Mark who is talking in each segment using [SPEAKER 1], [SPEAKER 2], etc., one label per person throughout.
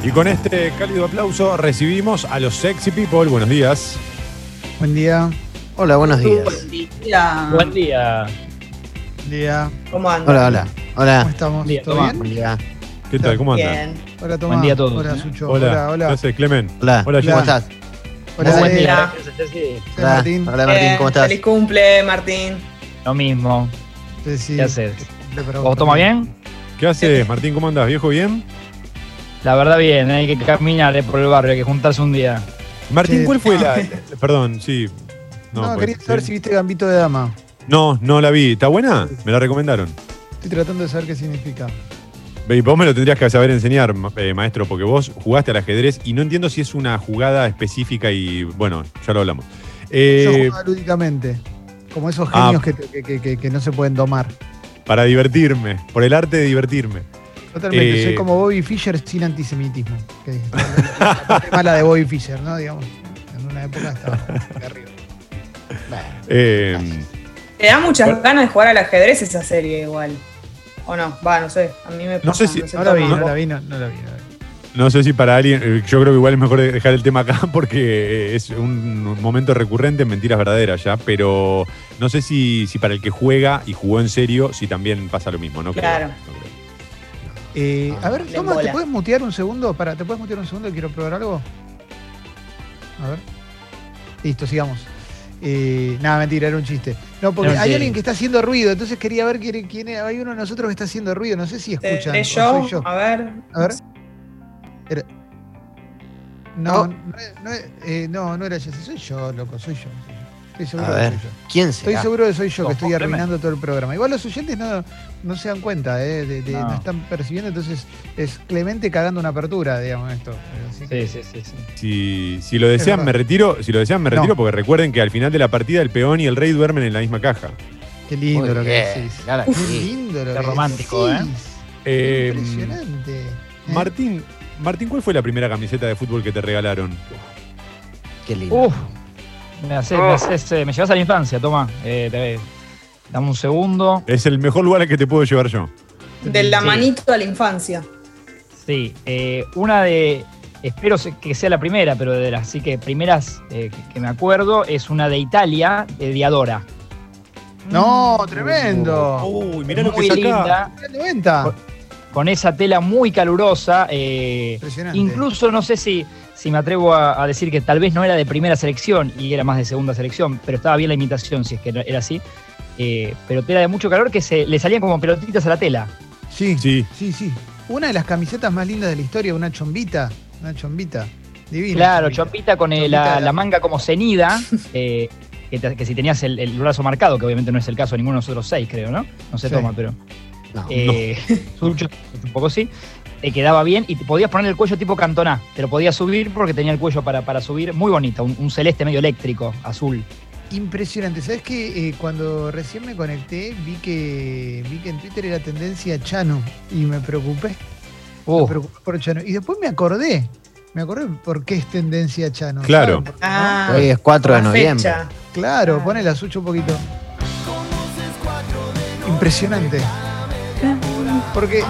[SPEAKER 1] Y con este cálido aplauso recibimos a los Sexy People. Buenos días.
[SPEAKER 2] Buen día.
[SPEAKER 3] Hola, buenos días.
[SPEAKER 4] Buen día.
[SPEAKER 5] Buen día.
[SPEAKER 2] Buen día.
[SPEAKER 4] ¿Cómo andan?
[SPEAKER 3] Hola, hola.
[SPEAKER 2] ¿Cómo
[SPEAKER 3] Hola.
[SPEAKER 2] estamos?
[SPEAKER 5] Ah, Día,
[SPEAKER 2] ¿Todo
[SPEAKER 5] Tomás.
[SPEAKER 2] bien?
[SPEAKER 3] Buen día.
[SPEAKER 1] ¿Qué tal? ¿Cómo andan?
[SPEAKER 4] Bien.
[SPEAKER 2] Hola, Tomás.
[SPEAKER 5] Buen día a todos. ¿eh?
[SPEAKER 2] Hola, Sucho. Hola, hola.
[SPEAKER 1] ¿Qué haces, Clemen?
[SPEAKER 3] Hola.
[SPEAKER 1] Hola,
[SPEAKER 3] ¿Cómo
[SPEAKER 1] Joan.
[SPEAKER 3] estás?
[SPEAKER 2] Hola,
[SPEAKER 5] Muy buen
[SPEAKER 2] Ale.
[SPEAKER 5] día.
[SPEAKER 4] Hola.
[SPEAKER 5] gracias, Ceci.
[SPEAKER 2] Hola, Martín.
[SPEAKER 3] Hola, Martín,
[SPEAKER 4] Bien.
[SPEAKER 3] ¿cómo estás?
[SPEAKER 4] Feliz cumple, Martín.
[SPEAKER 5] Lo mismo.
[SPEAKER 2] Ceci.
[SPEAKER 5] Ah, ¿Qué haces?
[SPEAKER 2] Le pregunto.
[SPEAKER 5] ¿Vos toma bien?
[SPEAKER 1] ¿Qué haces, Martín? ¿Cómo andas, viejo? ¿Bien?
[SPEAKER 5] La verdad bien, hay que caminar eh, por el barrio, hay que juntarse un día.
[SPEAKER 1] Martín,
[SPEAKER 2] Sí.
[SPEAKER 1] ¿cuál fue la...? la- Perdón, sí.
[SPEAKER 2] No,
[SPEAKER 1] pues,
[SPEAKER 2] quería saber
[SPEAKER 1] sí.
[SPEAKER 2] si viste Gambito de Dama.
[SPEAKER 1] No, no la vi. ¿Está buena? Me la recomendaron.
[SPEAKER 2] Estoy tratando de saber qué significa.
[SPEAKER 1] Ve, Vos me lo tendrías que saber enseñar, ma- eh, maestro, porque vos jugaste al ajedrez y no entiendo si es una jugada específica y bueno, ya lo hablamos.
[SPEAKER 2] Yo
[SPEAKER 1] Eh,
[SPEAKER 2] jugaba lúdicamente. Como esos
[SPEAKER 1] Ah.
[SPEAKER 2] genios que, que- que- que- que no se pueden domar.
[SPEAKER 1] para divertirme, por el arte de divertirme.
[SPEAKER 2] Totalmente.
[SPEAKER 1] Eh.
[SPEAKER 2] Soy como Bobby Fischer sin antisemitismo. Que es la parte mala de Bobby Fischer, ¿no? Digamos. En una época estaba de arriba. Bueno,
[SPEAKER 1] Eh,
[SPEAKER 4] Te da muchas
[SPEAKER 1] Bueno.
[SPEAKER 4] ganas de jugar al ajedrez esa serie igual. O no, va, no sé. A mí me pasa,
[SPEAKER 1] sé si-
[SPEAKER 2] no la vi,
[SPEAKER 4] toma.
[SPEAKER 2] no la vi, no, no la vi. no la vi.
[SPEAKER 1] no sé si para alguien, eh, yo creo que igual es mejor dejar el tema acá porque eh, es un momento recurrente en mentiras verdaderas ya, pero no sé si, si para el que juega y jugó en serio, si también pasa lo mismo, ¿no? creo,
[SPEAKER 4] Claro.
[SPEAKER 1] no creo.
[SPEAKER 2] Eh, a ver,
[SPEAKER 4] Le
[SPEAKER 2] Tomás, ¿te
[SPEAKER 4] embola.
[SPEAKER 2] puedes mutear un segundo? Para, ¿Te puedes mutear un segundo? Quiero probar algo. A ver. Listo, sigamos. Eh, nada, mentira, era un chiste. No, porque
[SPEAKER 5] Era un
[SPEAKER 2] hay
[SPEAKER 5] chiste.
[SPEAKER 2] alguien que está haciendo ruido, entonces quería ver quién, quién es. Hay uno de nosotros que está haciendo ruido, no sé si escuchan.
[SPEAKER 4] ¿Seré
[SPEAKER 2] o
[SPEAKER 4] Eh, yo?
[SPEAKER 2] soy yo.
[SPEAKER 4] A ver.
[SPEAKER 2] A ver. Era- No, no, no, eh, no, no era Jessy, soy yo, loco, soy yo. Estoy seguro
[SPEAKER 3] A
[SPEAKER 2] que
[SPEAKER 3] ver.
[SPEAKER 2] soy yo.
[SPEAKER 3] ¿Quién
[SPEAKER 2] Estoy
[SPEAKER 3] será?
[SPEAKER 2] seguro que soy yo, que
[SPEAKER 5] Ojo,
[SPEAKER 2] estoy
[SPEAKER 5] Clemen.
[SPEAKER 2] arruinando todo el programa. Igual los oyentes no, no se dan cuenta, eh, de- de- no.
[SPEAKER 5] No.
[SPEAKER 2] están percibiendo, entonces es Clemente cagando una apertura, digamos, esto. Así que-
[SPEAKER 5] Sí, sí, sí. sí.
[SPEAKER 1] Si, si lo desean,
[SPEAKER 2] verdad.
[SPEAKER 1] me retiro, si lo desean, me
[SPEAKER 2] No.
[SPEAKER 1] retiro, porque recuerden que al final de la partida el peón y el rey duermen en la misma caja.
[SPEAKER 2] Qué
[SPEAKER 3] Muy
[SPEAKER 2] lindo lo que
[SPEAKER 3] bien,
[SPEAKER 2] decís.
[SPEAKER 3] mirala
[SPEAKER 2] Qué
[SPEAKER 3] aquí.
[SPEAKER 2] lindo lo
[SPEAKER 5] Qué
[SPEAKER 2] que
[SPEAKER 5] romántico, Em,
[SPEAKER 2] decís.
[SPEAKER 1] Eh,
[SPEAKER 2] Impresionante. Eh,
[SPEAKER 1] Martín, Martín, ¿cuál fue la primera camiseta de fútbol que te regalaron?
[SPEAKER 3] Qué lindo.
[SPEAKER 5] Uf, me, haces, me, haces, eh, me llevas a la infancia, toma. Eh, te- dame un segundo.
[SPEAKER 1] Es el mejor lugar al que te puedo llevar yo.
[SPEAKER 4] De la
[SPEAKER 5] Sí.
[SPEAKER 4] manito a la infancia.
[SPEAKER 5] Sí, eh, una de. Espero se- que sea la primera, pero de las así que primeras eh, que- que me acuerdo es una de Italia, de Diadora.
[SPEAKER 2] No, tremendo.
[SPEAKER 1] Uy,
[SPEAKER 5] Muy linda,
[SPEAKER 2] Mirá el 90.
[SPEAKER 5] con esa tela muy calurosa. eh,
[SPEAKER 2] Impresionante.
[SPEAKER 5] Incluso no sé si, si me atrevo a, a decir que tal vez no era de primera selección y era más de segunda selección, pero estaba bien la imitación si es que no- era así. Eh, pero tela de mucho calor que se le salían como pelotitas a la tela.
[SPEAKER 2] Sí, sí,
[SPEAKER 1] Sí,
[SPEAKER 2] sí, Una de las camisetas más lindas de la historia, una chombita. Una chombita. Divina.
[SPEAKER 5] claro, chopita con eh,
[SPEAKER 2] Chopita de
[SPEAKER 5] la,
[SPEAKER 2] la-
[SPEAKER 5] la manga como cenida, eh, que, te- que si tenías el, el brazo marcado, que obviamente no es el caso de ninguno de nosotros seis, creo, ¿no? No se
[SPEAKER 2] Sí.
[SPEAKER 5] toma, pero.
[SPEAKER 3] No.
[SPEAKER 5] eh, Sucho, un poco sí. Te quedaba bien y te podías poner el cuello tipo cantoná. Te lo podías subir porque tenía el cuello para, para subir. Muy bonita, un- un celeste medio eléctrico, azul.
[SPEAKER 2] Impresionante. ¿Sabes qué? Eh, cuando recién me conecté, vi que, vi que en Twitter era tendencia Chano y me preocupé. Me
[SPEAKER 5] Uh,
[SPEAKER 2] preocupé por Chano. Y después me acordé. Me acordé por qué es tendencia Chano.
[SPEAKER 1] Claro.
[SPEAKER 2] ¿Saben por qué, no?
[SPEAKER 4] Ah,
[SPEAKER 3] Hoy es 4 de
[SPEAKER 4] la
[SPEAKER 3] noviembre.
[SPEAKER 4] fecha.
[SPEAKER 2] Claro, ponele a Sucho un poquito. Impresionante. Porque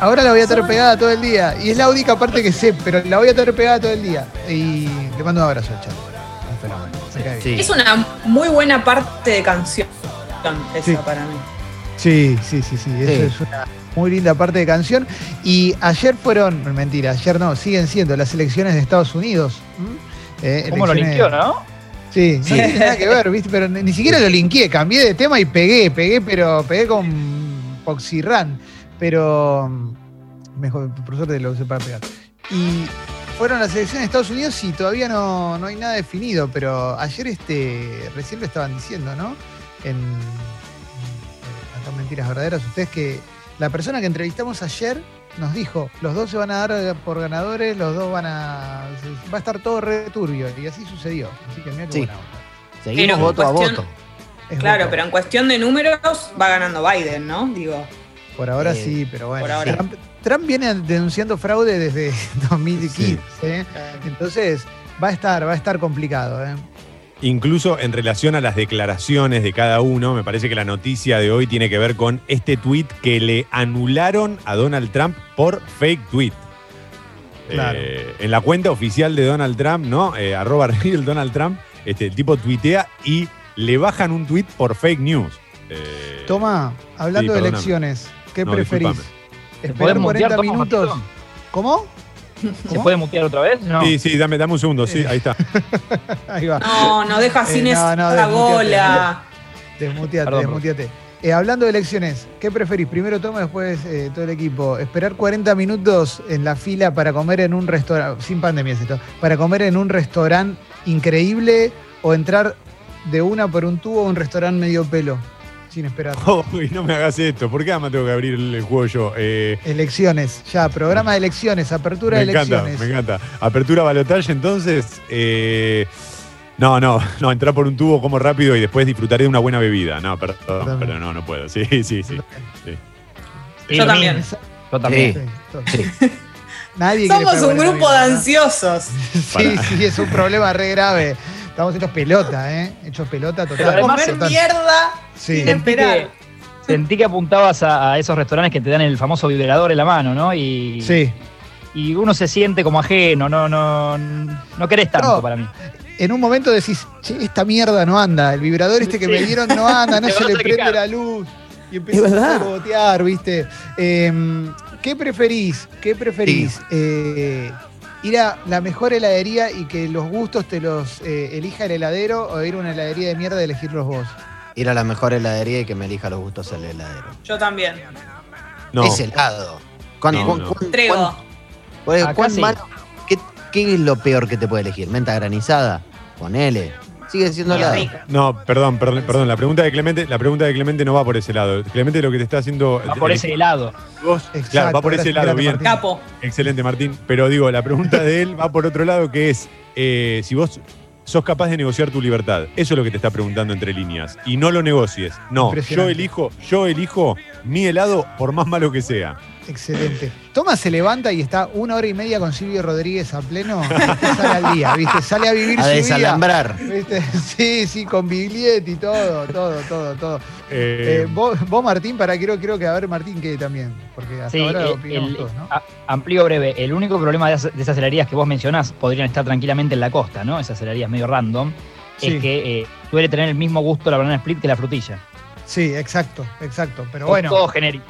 [SPEAKER 2] ahora la voy a tener pegada todo el día. Y es la única parte que sé, pero la voy a tener pegada todo el día. Y le mando un abrazo, chao. Un fenómeno. Me cae bien.
[SPEAKER 3] Sí.
[SPEAKER 4] Es una muy buena parte de canción. Esa
[SPEAKER 2] Sí.
[SPEAKER 4] para mí.
[SPEAKER 2] Sí, sí, sí, sí. Eso
[SPEAKER 3] Sí.
[SPEAKER 2] es una muy linda parte de canción. Y ayer fueron, mentira, ayer no, siguen siendo las elecciones de Estados Unidos. ¿m? Eh,
[SPEAKER 5] ¿Cómo lo
[SPEAKER 2] elecciones-
[SPEAKER 5] limpió, no?
[SPEAKER 2] Sí, no
[SPEAKER 3] Sí.
[SPEAKER 2] tiene nada que ver, ¿viste? Pero ni, ni siquiera lo linqué, cambié de tema y pegué, pegué, pero pegué con Poxirran. Pero mm, mejor, por suerte lo usé para pegar. Y fueron las elecciones de Estados Unidos y todavía no, no hay nada definido, pero ayer este, recién lo estaban diciendo, ¿no? En, en acá en Mentiras Verdaderas, ustedes que la persona que entrevistamos ayer nos dijo, los dos se van a dar por ganadores, los dos van a... Va a estar todo re turbio. Y así sucedió. Así que mira qué
[SPEAKER 3] Sí.
[SPEAKER 2] buena onda.
[SPEAKER 3] Seguimos
[SPEAKER 4] Pero
[SPEAKER 3] voto a
[SPEAKER 4] cuestión-
[SPEAKER 3] voto.
[SPEAKER 2] Es
[SPEAKER 4] Claro,
[SPEAKER 2] voto.
[SPEAKER 4] pero en cuestión de números va ganando Biden, ¿no? Digo.
[SPEAKER 2] Por ahora
[SPEAKER 3] Eh,
[SPEAKER 2] sí, pero bueno.
[SPEAKER 4] por ahora.
[SPEAKER 2] Trump, Trump viene denunciando fraude desde 2015. ¿eh? Entonces, va a estar, va a estar complicado. ¿eh?
[SPEAKER 1] Incluso en relación a las declaraciones de cada uno, me parece que la noticia de hoy tiene que ver con este tuit que le anularon a Donald Trump por fake tweet.
[SPEAKER 2] Claro.
[SPEAKER 1] Eh, en la cuenta oficial de Donald Trump, ¿no? Eh, arroba real Donald Trump, este, el tipo tuitea y le bajan un tuit por fake news. Eh,
[SPEAKER 2] Toma, hablando
[SPEAKER 1] sí,
[SPEAKER 2] de
[SPEAKER 1] perdóname.
[SPEAKER 2] elecciones, ¿qué
[SPEAKER 1] No,
[SPEAKER 2] preferís?
[SPEAKER 1] discúlpame.
[SPEAKER 5] ¿Se
[SPEAKER 2] ¿Esperar
[SPEAKER 5] pueden
[SPEAKER 2] 40
[SPEAKER 5] mutear, Tomás
[SPEAKER 2] minutos?
[SPEAKER 5] Matito?
[SPEAKER 2] ¿Cómo?
[SPEAKER 5] ¿Se
[SPEAKER 2] ¿Cómo?
[SPEAKER 5] puede mutear otra vez? No.
[SPEAKER 1] Sí, sí, dame, dame un segundo,
[SPEAKER 2] Eh.
[SPEAKER 1] sí, ahí está.
[SPEAKER 2] Ahí va.
[SPEAKER 4] No, no deja
[SPEAKER 2] Eh,
[SPEAKER 4] sin
[SPEAKER 2] no,
[SPEAKER 4] esa
[SPEAKER 2] no,
[SPEAKER 4] bola.
[SPEAKER 2] Desmuteate,
[SPEAKER 5] Perdón,
[SPEAKER 2] desmuteate. Eh, hablando de elecciones, ¿qué preferís? Primero toma, después eh, todo el equipo. ¿Esperar 40 minutos en la fila para comer en un restaurante, sin pandemia es esto, para comer en un restaurante increíble o entrar de una por un tubo a un restaurante medio pelo, sin esperar?
[SPEAKER 1] Uy, no me hagas esto. ¿Por qué además tengo que abrir el, el juego yo? Eh,
[SPEAKER 2] Elecciones, ya, programa de elecciones, apertura
[SPEAKER 1] me
[SPEAKER 2] de
[SPEAKER 1] encanta,
[SPEAKER 2] elecciones.
[SPEAKER 1] me encanta. Apertura balotaje, entonces. eh, no, no, no, entrar por un tubo como rápido y después disfrutaré de una buena bebida. No, perdón,
[SPEAKER 2] También.
[SPEAKER 1] pero no, no puedo. Sí, sí, sí.
[SPEAKER 5] Sí,
[SPEAKER 4] Yo
[SPEAKER 5] lo
[SPEAKER 4] también.
[SPEAKER 5] mismo, Yo también.
[SPEAKER 3] Sí.
[SPEAKER 2] todo.
[SPEAKER 3] Sí.
[SPEAKER 2] Nadie quiere
[SPEAKER 4] Somos
[SPEAKER 2] esperar
[SPEAKER 4] un
[SPEAKER 2] 40
[SPEAKER 4] grupo de
[SPEAKER 2] minutos, ¿no?
[SPEAKER 4] ansiosos.
[SPEAKER 2] Sí, sí, es un problema re grave. Estamos hechos pelota, ¿eh? Hechos pelota total.
[SPEAKER 5] Pero además-
[SPEAKER 4] Comer
[SPEAKER 2] Total.
[SPEAKER 4] mierda
[SPEAKER 2] Sí.
[SPEAKER 4] sin esperar.
[SPEAKER 5] Sentí que apuntabas a, a esos restaurantes que te dan el famoso vibrador en la mano, ¿no? Y,
[SPEAKER 2] Sí.
[SPEAKER 5] y uno se siente como ajeno, no, no, no querés tanto
[SPEAKER 2] No,
[SPEAKER 5] para mí.
[SPEAKER 2] En un momento decís, che, esta mierda no anda. El vibrador este que me
[SPEAKER 5] Sí.
[SPEAKER 2] dieron no anda, no
[SPEAKER 5] Te
[SPEAKER 2] se
[SPEAKER 5] vas
[SPEAKER 2] le
[SPEAKER 5] a
[SPEAKER 2] prende
[SPEAKER 5] quejar.
[SPEAKER 2] la luz. Y empiezas a
[SPEAKER 3] verdad.
[SPEAKER 2] botear, ¿viste? Em, ¿Qué preferís? ¿Qué preferís? Eh, ¿Ir a la mejor heladería y que los gustos te los eh, elija el heladero o ir a una heladería de mierda y elegirlos vos?
[SPEAKER 3] Ir a la mejor heladería y que me elija los gustos el heladero.
[SPEAKER 4] Yo también.
[SPEAKER 1] No.
[SPEAKER 3] Es helado. ¿Cuán,
[SPEAKER 1] No,
[SPEAKER 3] cuán-
[SPEAKER 1] no.
[SPEAKER 3] cuán-
[SPEAKER 4] Trego.
[SPEAKER 3] cuán-
[SPEAKER 5] Acá
[SPEAKER 3] cuán
[SPEAKER 5] sí.
[SPEAKER 3] malo- ¿qué, qué es lo peor que te puede elegir? ¿Menta granizada? Ponele. Sigue siendo
[SPEAKER 4] Qué
[SPEAKER 3] helado.
[SPEAKER 4] rico.
[SPEAKER 1] No, perdón, perdón, perdón. La pregunta de Clemente, la pregunta de Clemente no va por ese lado. Clemente lo que te está haciendo. eh,
[SPEAKER 5] Va por ese lado.
[SPEAKER 1] Vos- claro, va por ese
[SPEAKER 2] gracias,
[SPEAKER 1] lado,
[SPEAKER 2] gracias,
[SPEAKER 1] bien.
[SPEAKER 2] Martín.
[SPEAKER 4] Capo.
[SPEAKER 1] Excelente, Martín. Pero digo, la pregunta de él va por otro lado, que es eh, si vos sos capaz de negociar tu libertad. Eso es lo que te está preguntando entre líneas. Y no lo negocies. No, yo
[SPEAKER 2] Impresionante.
[SPEAKER 1] elijo, yo elijo mi helado por más malo que sea.
[SPEAKER 2] Excelente. Toma se levanta y está una hora y media con Silvio Rodríguez a pleno. sale al día, ¿viste? Sale a vivir
[SPEAKER 3] A
[SPEAKER 2] su vida.
[SPEAKER 3] desalambrar.
[SPEAKER 2] ¿Viste? Sí, sí, con Biglietti, todo, todo, todo, todo.
[SPEAKER 1] Eh,
[SPEAKER 2] Eh, vos, vos, Martín, para quiero, quiero que a ver Martín quede también, porque hasta
[SPEAKER 5] Sí,
[SPEAKER 2] ahora
[SPEAKER 5] el-
[SPEAKER 2] opinamos
[SPEAKER 5] el-
[SPEAKER 2] todos, ¿no?
[SPEAKER 5] a- amplío breve. El único problema de, esas- de esas heladerías que vos mencionás podrían estar tranquilamente en la costa, ¿no? Esas heladerías medio random.
[SPEAKER 2] Sí.
[SPEAKER 5] Es que eh, suele tener el mismo gusto la banana split que la frutilla.
[SPEAKER 2] Sí, exacto, exacto. Pero
[SPEAKER 5] O
[SPEAKER 2] bueno,
[SPEAKER 5] Todo genérico.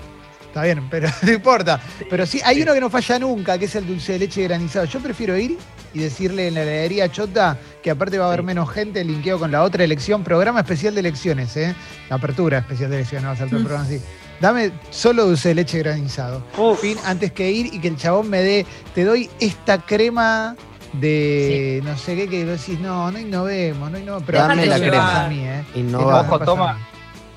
[SPEAKER 2] está bien, pero no importa. Pero sí, hay uno que no falla nunca, que es el dulce de leche granizado. Yo prefiero ir y decirle en la heladería Chota que aparte va a haber
[SPEAKER 5] Sí.
[SPEAKER 2] menos gente, linkeo con la otra elección, programa especial de elecciones, ¿eh? La apertura especial de elecciones, no va a ser todo el
[SPEAKER 4] Mm.
[SPEAKER 2] programa así. Dame solo dulce de leche granizado. fin, antes que ir y que el chabón me dé, te doy esta crema de no sé qué, que vos decís, no, no innovemos, no innovemos. Pero
[SPEAKER 3] Dame
[SPEAKER 2] no me
[SPEAKER 4] la
[SPEAKER 2] pasa
[SPEAKER 4] crema.
[SPEAKER 2] A mí, ¿eh?
[SPEAKER 3] Y no
[SPEAKER 2] Que
[SPEAKER 3] va.
[SPEAKER 2] me pasa
[SPEAKER 5] Ojo, toma.
[SPEAKER 2] a mí.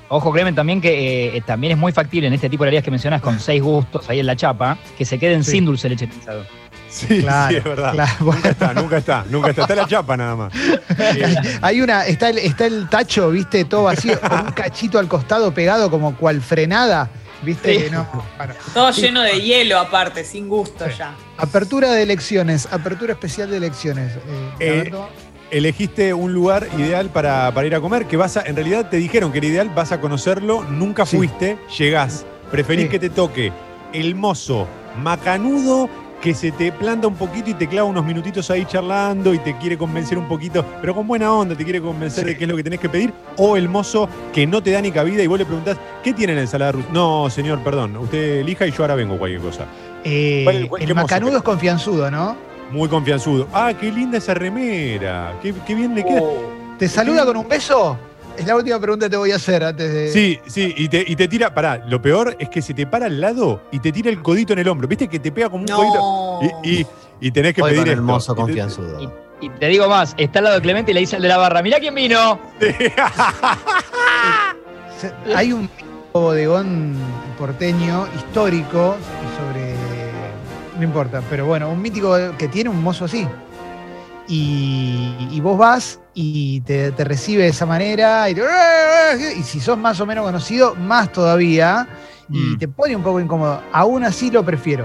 [SPEAKER 5] Ojo, Clemen, también que eh, eh, también es muy factible en este tipo de heladerías que mencionás con seis gustos ahí en la chapa, que se queden
[SPEAKER 2] Sí.
[SPEAKER 5] sin dulce de leche pensado.
[SPEAKER 1] sí,
[SPEAKER 2] claro,
[SPEAKER 1] sí, es verdad.
[SPEAKER 2] claro, bueno.
[SPEAKER 1] Nunca está, nunca está, nunca está. Está la chapa nada más. Eh,
[SPEAKER 2] Hay una, está el, está el tacho, viste, todo vacío, con un cachito al costado pegado como cual frenada, viste,
[SPEAKER 5] Sí.
[SPEAKER 2] que no. bueno.
[SPEAKER 4] Todo lleno de hielo aparte, sin gusto ya.
[SPEAKER 2] Apertura de elecciones, apertura especial de elecciones. Eh,
[SPEAKER 1] Eh,
[SPEAKER 2] Roberto.
[SPEAKER 1] elegiste un lugar ideal para, para ir a comer, que vas a, en realidad te dijeron que era ideal, vas a conocerlo, nunca
[SPEAKER 2] Sí.
[SPEAKER 1] fuiste, llegás, preferís
[SPEAKER 2] Sí.
[SPEAKER 1] que te toque el mozo macanudo que se te planta un poquito y te clava unos minutitos ahí charlando y te quiere convencer un poquito, pero con buena onda te quiere convencer de qué es lo que tenés que pedir, o el mozo que no te da ni cabida y vos le preguntás, ¿qué tiene en la ensalada rusa? No, señor, perdón, usted elija y yo ahora vengo cualquier cosa.
[SPEAKER 2] Eh,
[SPEAKER 1] ¿cuál- cuál- qué
[SPEAKER 2] el
[SPEAKER 1] mozo
[SPEAKER 2] macanudo
[SPEAKER 1] que-
[SPEAKER 2] es confianzudo, ¿no?
[SPEAKER 1] Muy confianzudo. Ah, qué linda esa remera, qué, qué bien le queda.
[SPEAKER 2] ¿Te saluda con un beso? Es la última pregunta que te voy a hacer antes de.
[SPEAKER 1] Sí, sí, y te, y te tira, pará, lo peor es que se te para al lado y te tira el codito en el hombro, viste que te pega como un codito
[SPEAKER 4] No.
[SPEAKER 1] y, y, y tenés que
[SPEAKER 3] Voy
[SPEAKER 1] pedir
[SPEAKER 3] con el
[SPEAKER 1] esto.
[SPEAKER 3] mozo
[SPEAKER 1] Y te-
[SPEAKER 5] y-
[SPEAKER 3] confianzudo.
[SPEAKER 5] Y te digo más, está al lado de Clemente y le dice al de la barra, mirá quién vino.
[SPEAKER 2] Se- Hay un bodegón porteño histórico sobre. No importa, pero bueno, un mítico que tiene un mozo así. Y, y vos vas y te, te recibe de esa manera. Y, te- y si sos más o menos conocido, más todavía. Y
[SPEAKER 5] Mm.
[SPEAKER 2] te pone un poco incómodo. Aún así lo prefiero.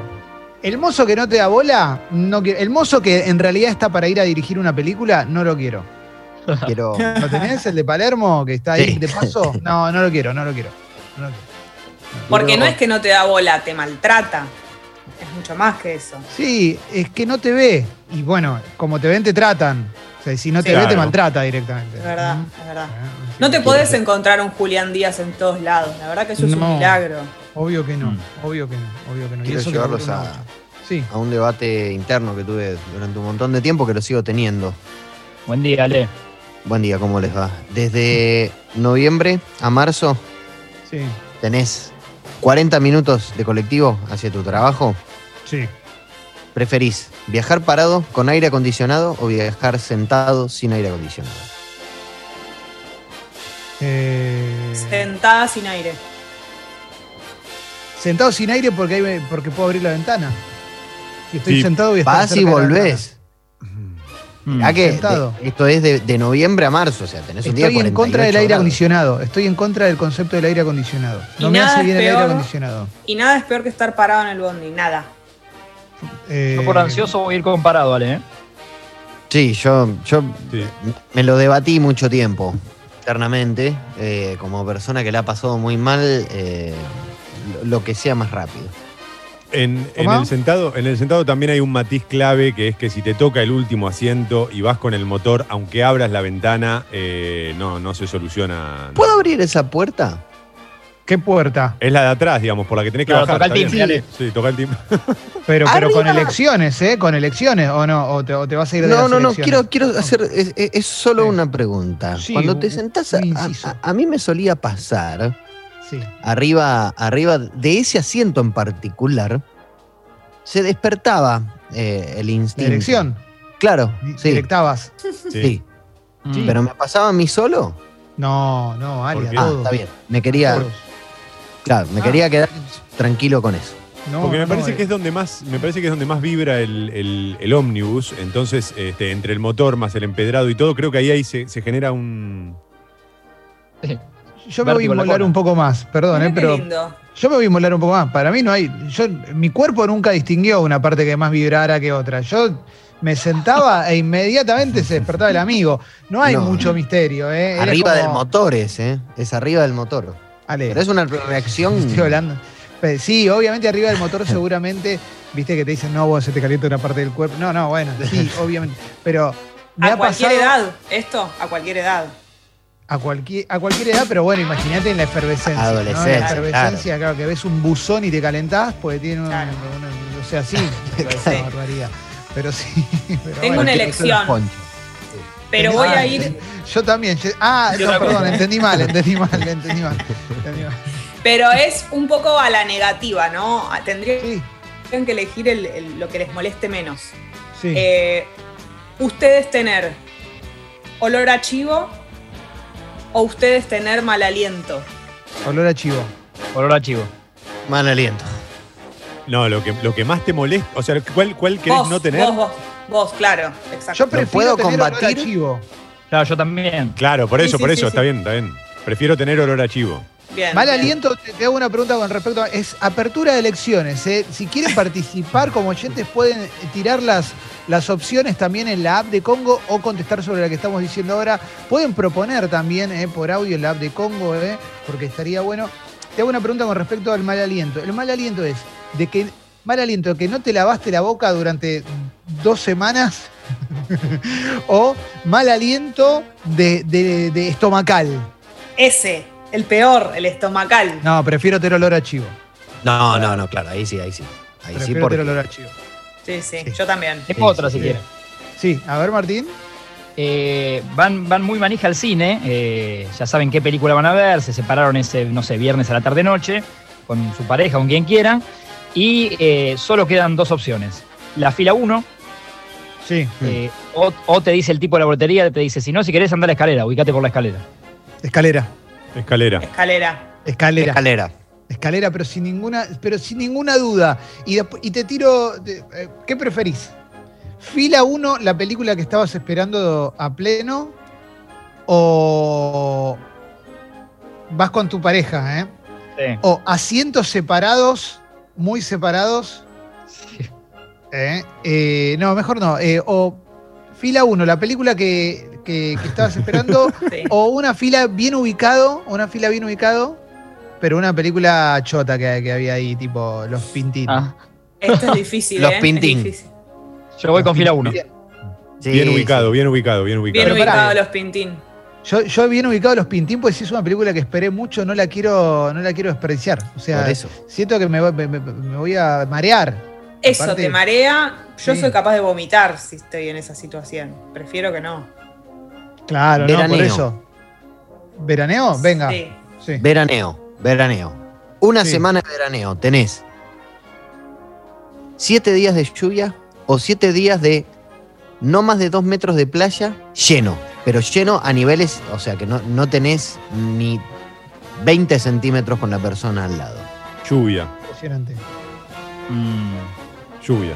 [SPEAKER 2] El mozo que no te da bola, no quiero. El mozo que en realidad está para ir a dirigir una película, no lo quiero.
[SPEAKER 3] Quiero.
[SPEAKER 2] ¿Lo tenés? El de Palermo, que está ahí
[SPEAKER 3] Sí.
[SPEAKER 2] de paso. No, no lo quiero, no lo quiero. No lo quiero.
[SPEAKER 4] Porque no es que no te da bola, te maltrata. es mucho más que eso.
[SPEAKER 2] Sí, es que no te ve. Y bueno, como te ven, te tratan. O sea, si no te
[SPEAKER 1] Sí.
[SPEAKER 2] ve, te
[SPEAKER 1] Claro.
[SPEAKER 2] maltrata directamente.
[SPEAKER 4] Es verdad, es
[SPEAKER 2] Ah,
[SPEAKER 4] verdad.
[SPEAKER 2] sí.
[SPEAKER 4] No te podés encontrar un Julián Díaz en todos lados. La verdad que eso es
[SPEAKER 2] No.
[SPEAKER 4] un milagro.
[SPEAKER 2] Obvio que no,
[SPEAKER 1] Mm.
[SPEAKER 2] obvio que no, obvio que no. Y
[SPEAKER 3] Quiero
[SPEAKER 2] eso que
[SPEAKER 3] llevarlos
[SPEAKER 2] laburo
[SPEAKER 3] a-
[SPEAKER 2] mucho. Sí,
[SPEAKER 3] A un debate interno que tuve durante un montón de tiempo que lo sigo teniendo.
[SPEAKER 5] Buen día, Ale.
[SPEAKER 3] Buen día, ¿cómo les va? Desde noviembre a marzo
[SPEAKER 2] sí,
[SPEAKER 3] tenés 40 minutos de colectivo hacia tu trabajo.
[SPEAKER 2] sí.
[SPEAKER 3] ¿Preferís viajar parado con aire acondicionado o viajar sentado sin aire acondicionado?
[SPEAKER 2] Eh,
[SPEAKER 4] Sentada sin aire.
[SPEAKER 2] sentado sin aire porque, hay- porque puedo abrir la ventana. Si estoy
[SPEAKER 1] Sí.
[SPEAKER 2] sentado voy a estar
[SPEAKER 3] Vas y
[SPEAKER 2] cerca de la
[SPEAKER 3] volvés.
[SPEAKER 5] Mm.
[SPEAKER 3] ¿A qué?
[SPEAKER 2] Sentado.
[SPEAKER 3] De- esto es de, de noviembre a marzo, o sea, tenés un día
[SPEAKER 2] Estoy en contra del
[SPEAKER 3] 48
[SPEAKER 2] aire
[SPEAKER 3] grados.
[SPEAKER 2] acondicionado. Estoy en contra del concepto del aire acondicionado.
[SPEAKER 4] Y
[SPEAKER 2] No me
[SPEAKER 4] nada
[SPEAKER 2] hace
[SPEAKER 4] es
[SPEAKER 2] bien el aire
[SPEAKER 4] peor.
[SPEAKER 2] acondicionado.
[SPEAKER 4] Y nada es peor que estar parado en el bondi, nada.
[SPEAKER 2] Eh,
[SPEAKER 5] Yo por ansioso voy a ir comparado, Ale. ¿eh?
[SPEAKER 3] Sí, yo, yo
[SPEAKER 1] Sí.
[SPEAKER 3] me lo debatí mucho tiempo, internamente, eh, como persona que la ha pasado muy mal, eh, lo, lo que sea más rápido.
[SPEAKER 1] En, en
[SPEAKER 2] ¿Cómo?
[SPEAKER 1] el sentado, en el sentado también hay un matiz clave que es que si te toca el último asiento y vas con el motor, aunque abras la ventana, eh, no, no se soluciona.
[SPEAKER 3] ¿Puedo abrir esa puerta?
[SPEAKER 2] ¿Qué puerta?
[SPEAKER 1] Es la de atrás, digamos, por la que tenés que
[SPEAKER 5] Claro,
[SPEAKER 1] bajar.
[SPEAKER 5] toca el
[SPEAKER 1] está
[SPEAKER 5] timbre,
[SPEAKER 1] bien. Sí, toca el timbre.
[SPEAKER 2] Pero, pero con
[SPEAKER 3] Arriba.
[SPEAKER 2] elecciones, ¿eh? Con elecciones, ¿o no? ¿O te, o te vas a ir de
[SPEAKER 3] No,
[SPEAKER 2] las
[SPEAKER 3] no, no,
[SPEAKER 2] elecciones?
[SPEAKER 3] quiero, quiero hacer, es, es- es solo
[SPEAKER 2] Ah, Sí.
[SPEAKER 3] una pregunta.
[SPEAKER 2] Sí,
[SPEAKER 3] Cuando te
[SPEAKER 2] un-
[SPEAKER 3] sentás, a,
[SPEAKER 2] un
[SPEAKER 3] a-
[SPEAKER 2] inciso.
[SPEAKER 3] a- a mí me solía pasar,
[SPEAKER 2] Sí.
[SPEAKER 3] arriba, arriba de ese asiento en particular, se despertaba eh, el
[SPEAKER 2] ¿La
[SPEAKER 3] instinto.
[SPEAKER 2] elección?
[SPEAKER 3] Claro,
[SPEAKER 2] Di-
[SPEAKER 3] sí,
[SPEAKER 2] ¿Directabas?
[SPEAKER 1] Sí.
[SPEAKER 3] sí.
[SPEAKER 5] Mm.
[SPEAKER 3] Pero me pasaba a mí solo.
[SPEAKER 2] No, no, Ale,
[SPEAKER 1] ¿Por
[SPEAKER 2] a
[SPEAKER 1] qué?
[SPEAKER 3] Ah,
[SPEAKER 2] todos.
[SPEAKER 3] está bien. Me quería,
[SPEAKER 2] Todos.
[SPEAKER 3] claro, me
[SPEAKER 2] Ah.
[SPEAKER 3] quería quedar tranquilo con eso.
[SPEAKER 2] No,
[SPEAKER 1] Porque me
[SPEAKER 2] no,
[SPEAKER 1] parece
[SPEAKER 2] eh,
[SPEAKER 1] que es donde más, me parece que es donde más vibra el, el- el ómnibus. Entonces, este, entre el motor más el empedrado y todo, creo que ahí, ahí se, se genera un.
[SPEAKER 2] Yo me voy a
[SPEAKER 5] Vértigo en la
[SPEAKER 2] inmolar
[SPEAKER 5] cola.
[SPEAKER 2] un poco más, perdón,
[SPEAKER 4] Mirá
[SPEAKER 2] eh,
[SPEAKER 4] qué
[SPEAKER 2] pero
[SPEAKER 4] lindo.
[SPEAKER 2] yo me voy a inmolar un poco más. Para mí no hay. Yo, mi cuerpo nunca distinguió una parte que más vibrara que otra. Yo me sentaba e inmediatamente se despertaba el amigo. No hay
[SPEAKER 3] No.
[SPEAKER 2] mucho misterio, ¿eh? Era
[SPEAKER 3] Arriba
[SPEAKER 2] como-
[SPEAKER 3] del motor es, ¿eh? Es arriba del motor.
[SPEAKER 2] Ale,
[SPEAKER 3] Pero es una reacción.
[SPEAKER 2] Estoy hablando. Pe- Sí, obviamente arriba del motor seguramente, viste que te dicen, no, vos se te calienta una parte del cuerpo. No, no, bueno, sí, obviamente. Pero me
[SPEAKER 4] A
[SPEAKER 2] ha pasado
[SPEAKER 4] cualquier edad, esto, a cualquier edad.
[SPEAKER 2] A, cualquier, a cualquier edad, pero bueno, imagínate en la efervescencia. ¿no? En
[SPEAKER 3] Adolescencia,
[SPEAKER 2] la efervescencia, claro. que ves un buzón y te calentás, porque tiene un,
[SPEAKER 4] Claro.
[SPEAKER 2] un- o sea, sí, me parece una barbaridad. Pero sí, pero
[SPEAKER 4] Tengo
[SPEAKER 2] bueno.
[SPEAKER 4] una
[SPEAKER 3] Cualquier cosa
[SPEAKER 4] elección.
[SPEAKER 3] poncho.
[SPEAKER 4] Pero
[SPEAKER 2] Ah,
[SPEAKER 4] voy a ir,
[SPEAKER 2] Yo también. yo- ah,
[SPEAKER 5] Yo
[SPEAKER 2] no,
[SPEAKER 5] también.
[SPEAKER 2] perdón, entendí mal, entendí mal, entendí mal. entendí mal.
[SPEAKER 4] pero es un poco a la negativa, ¿no? Tendrían
[SPEAKER 2] Sí,
[SPEAKER 4] que elegir el- el- lo que les moleste menos.
[SPEAKER 2] sí.
[SPEAKER 4] Eh, ustedes tener olor a chivo o ustedes tener mal aliento.
[SPEAKER 2] Olor a chivo.
[SPEAKER 5] Olor a chivo.
[SPEAKER 3] Mal aliento.
[SPEAKER 1] No, lo que, lo que más te molesta. O sea, ¿cuál, cuál querés
[SPEAKER 4] vos,
[SPEAKER 1] no tener?
[SPEAKER 4] Vos, vos, vos, claro, exacto.
[SPEAKER 2] Yo prefiero
[SPEAKER 3] puedo
[SPEAKER 2] tener olor a
[SPEAKER 3] combatir?
[SPEAKER 2] chivo.
[SPEAKER 5] Claro, yo también.
[SPEAKER 1] Claro, por
[SPEAKER 4] Sí,
[SPEAKER 1] eso,
[SPEAKER 4] sí,
[SPEAKER 1] por
[SPEAKER 4] sí,
[SPEAKER 1] eso,
[SPEAKER 4] sí.
[SPEAKER 1] está bien, está bien. Prefiero tener olor a chivo.
[SPEAKER 4] Bien,
[SPEAKER 2] Mal
[SPEAKER 4] bien.
[SPEAKER 2] aliento, te, te hago una pregunta con respecto a. Es apertura de elecciones. ¿eh? Si quieren participar como oyentes, pueden tirar las, las opciones también en la app de Congo o contestar sobre la que estamos diciendo ahora. Pueden proponer también ¿eh? por audio en la app de Congo, ¿eh? porque estaría bueno. Te hago una pregunta con respecto al mal aliento. El mal aliento es de que. Mal aliento, de que no te lavaste la boca durante dos semanas. o mal aliento de, de- de estomacal.
[SPEAKER 4] Ese, el peor, el estomacal.
[SPEAKER 2] No, prefiero tener olor a chivo.
[SPEAKER 3] No, no, no, claro, ahí sí, ahí sí. Ahí sí,
[SPEAKER 2] Prefiero
[SPEAKER 3] porque-
[SPEAKER 2] tener olor a chivo.
[SPEAKER 4] Sí, sí,
[SPEAKER 2] Sí.
[SPEAKER 4] yo también.
[SPEAKER 5] Es
[SPEAKER 3] Sí,
[SPEAKER 5] otra
[SPEAKER 3] sí,
[SPEAKER 5] si
[SPEAKER 3] sí.
[SPEAKER 5] quieren.
[SPEAKER 2] Sí, a ver Martín.
[SPEAKER 5] Eh, van, van muy manija al cine, eh, ya saben qué película van a ver, se separaron ese, no sé, viernes a la tarde-noche, con su pareja, con quien quieran, y eh, solo quedan dos opciones. La fila 1,
[SPEAKER 2] Sí.
[SPEAKER 5] Eh, o, o te dice el tipo de la boletería, te dice, si no, si querés andar a la escalera, ubicate por la escalera.
[SPEAKER 2] Escalera.
[SPEAKER 1] Escalera.
[SPEAKER 4] Escalera.
[SPEAKER 2] Escalera.
[SPEAKER 3] Escalera.
[SPEAKER 2] Escalera, pero sin ninguna, pero sin ninguna duda. Y, despu- y te tiro. de- eh, ¿Qué preferís? ¿Fila 1, la película que estabas esperando a pleno? ¿O vas con tu pareja, eh? ¿O asientos separados, muy separados? ¿eh? Eh, no, mejor no. Eh, ¿O fila 1, la película que, que- que estabas esperando?
[SPEAKER 4] Sí.
[SPEAKER 2] O una fila bien ubicado, una fila bien ubicado, pero una película chota que, que había ahí, tipo Los Pintinos.
[SPEAKER 5] Ah,
[SPEAKER 4] Esto es difícil.
[SPEAKER 3] Los
[SPEAKER 4] ¿eh? Es
[SPEAKER 3] Pintín.
[SPEAKER 4] difícil.
[SPEAKER 5] Yo voy con fila 1.
[SPEAKER 3] Sí,
[SPEAKER 1] bien
[SPEAKER 3] sí.
[SPEAKER 1] ubicado, bien ubicado, bien ubicado.
[SPEAKER 4] Bien
[SPEAKER 2] Pero pará.
[SPEAKER 4] ubicados los Pintín.
[SPEAKER 2] Yo, yo bien ubicado los Pintín, porque si es una película que esperé mucho, no la quiero, no la quiero desperdiciar. O sea,
[SPEAKER 3] Por eso.
[SPEAKER 2] siento que me, voy- me- me- me voy a marear.
[SPEAKER 4] Eso,
[SPEAKER 2] Aparte-
[SPEAKER 4] te marea. Yo
[SPEAKER 2] Sí.
[SPEAKER 4] soy capaz de vomitar si estoy en esa situación. Prefiero que no.
[SPEAKER 2] Claro, no, por
[SPEAKER 3] Veraneo.
[SPEAKER 2] eso. ¿Veraneo? Venga. Sí.
[SPEAKER 4] Sí.
[SPEAKER 3] Veraneo, veraneo. Una
[SPEAKER 2] Sí.
[SPEAKER 3] semana de veraneo. Tenés siete días de lluvia o siete días de no más de dos metros de playa lleno. Pero lleno a niveles, o sea que no, no tenés ni 20 centímetros con la persona al lado.
[SPEAKER 1] Lluvia,
[SPEAKER 2] Impresionante.
[SPEAKER 1] lluvia.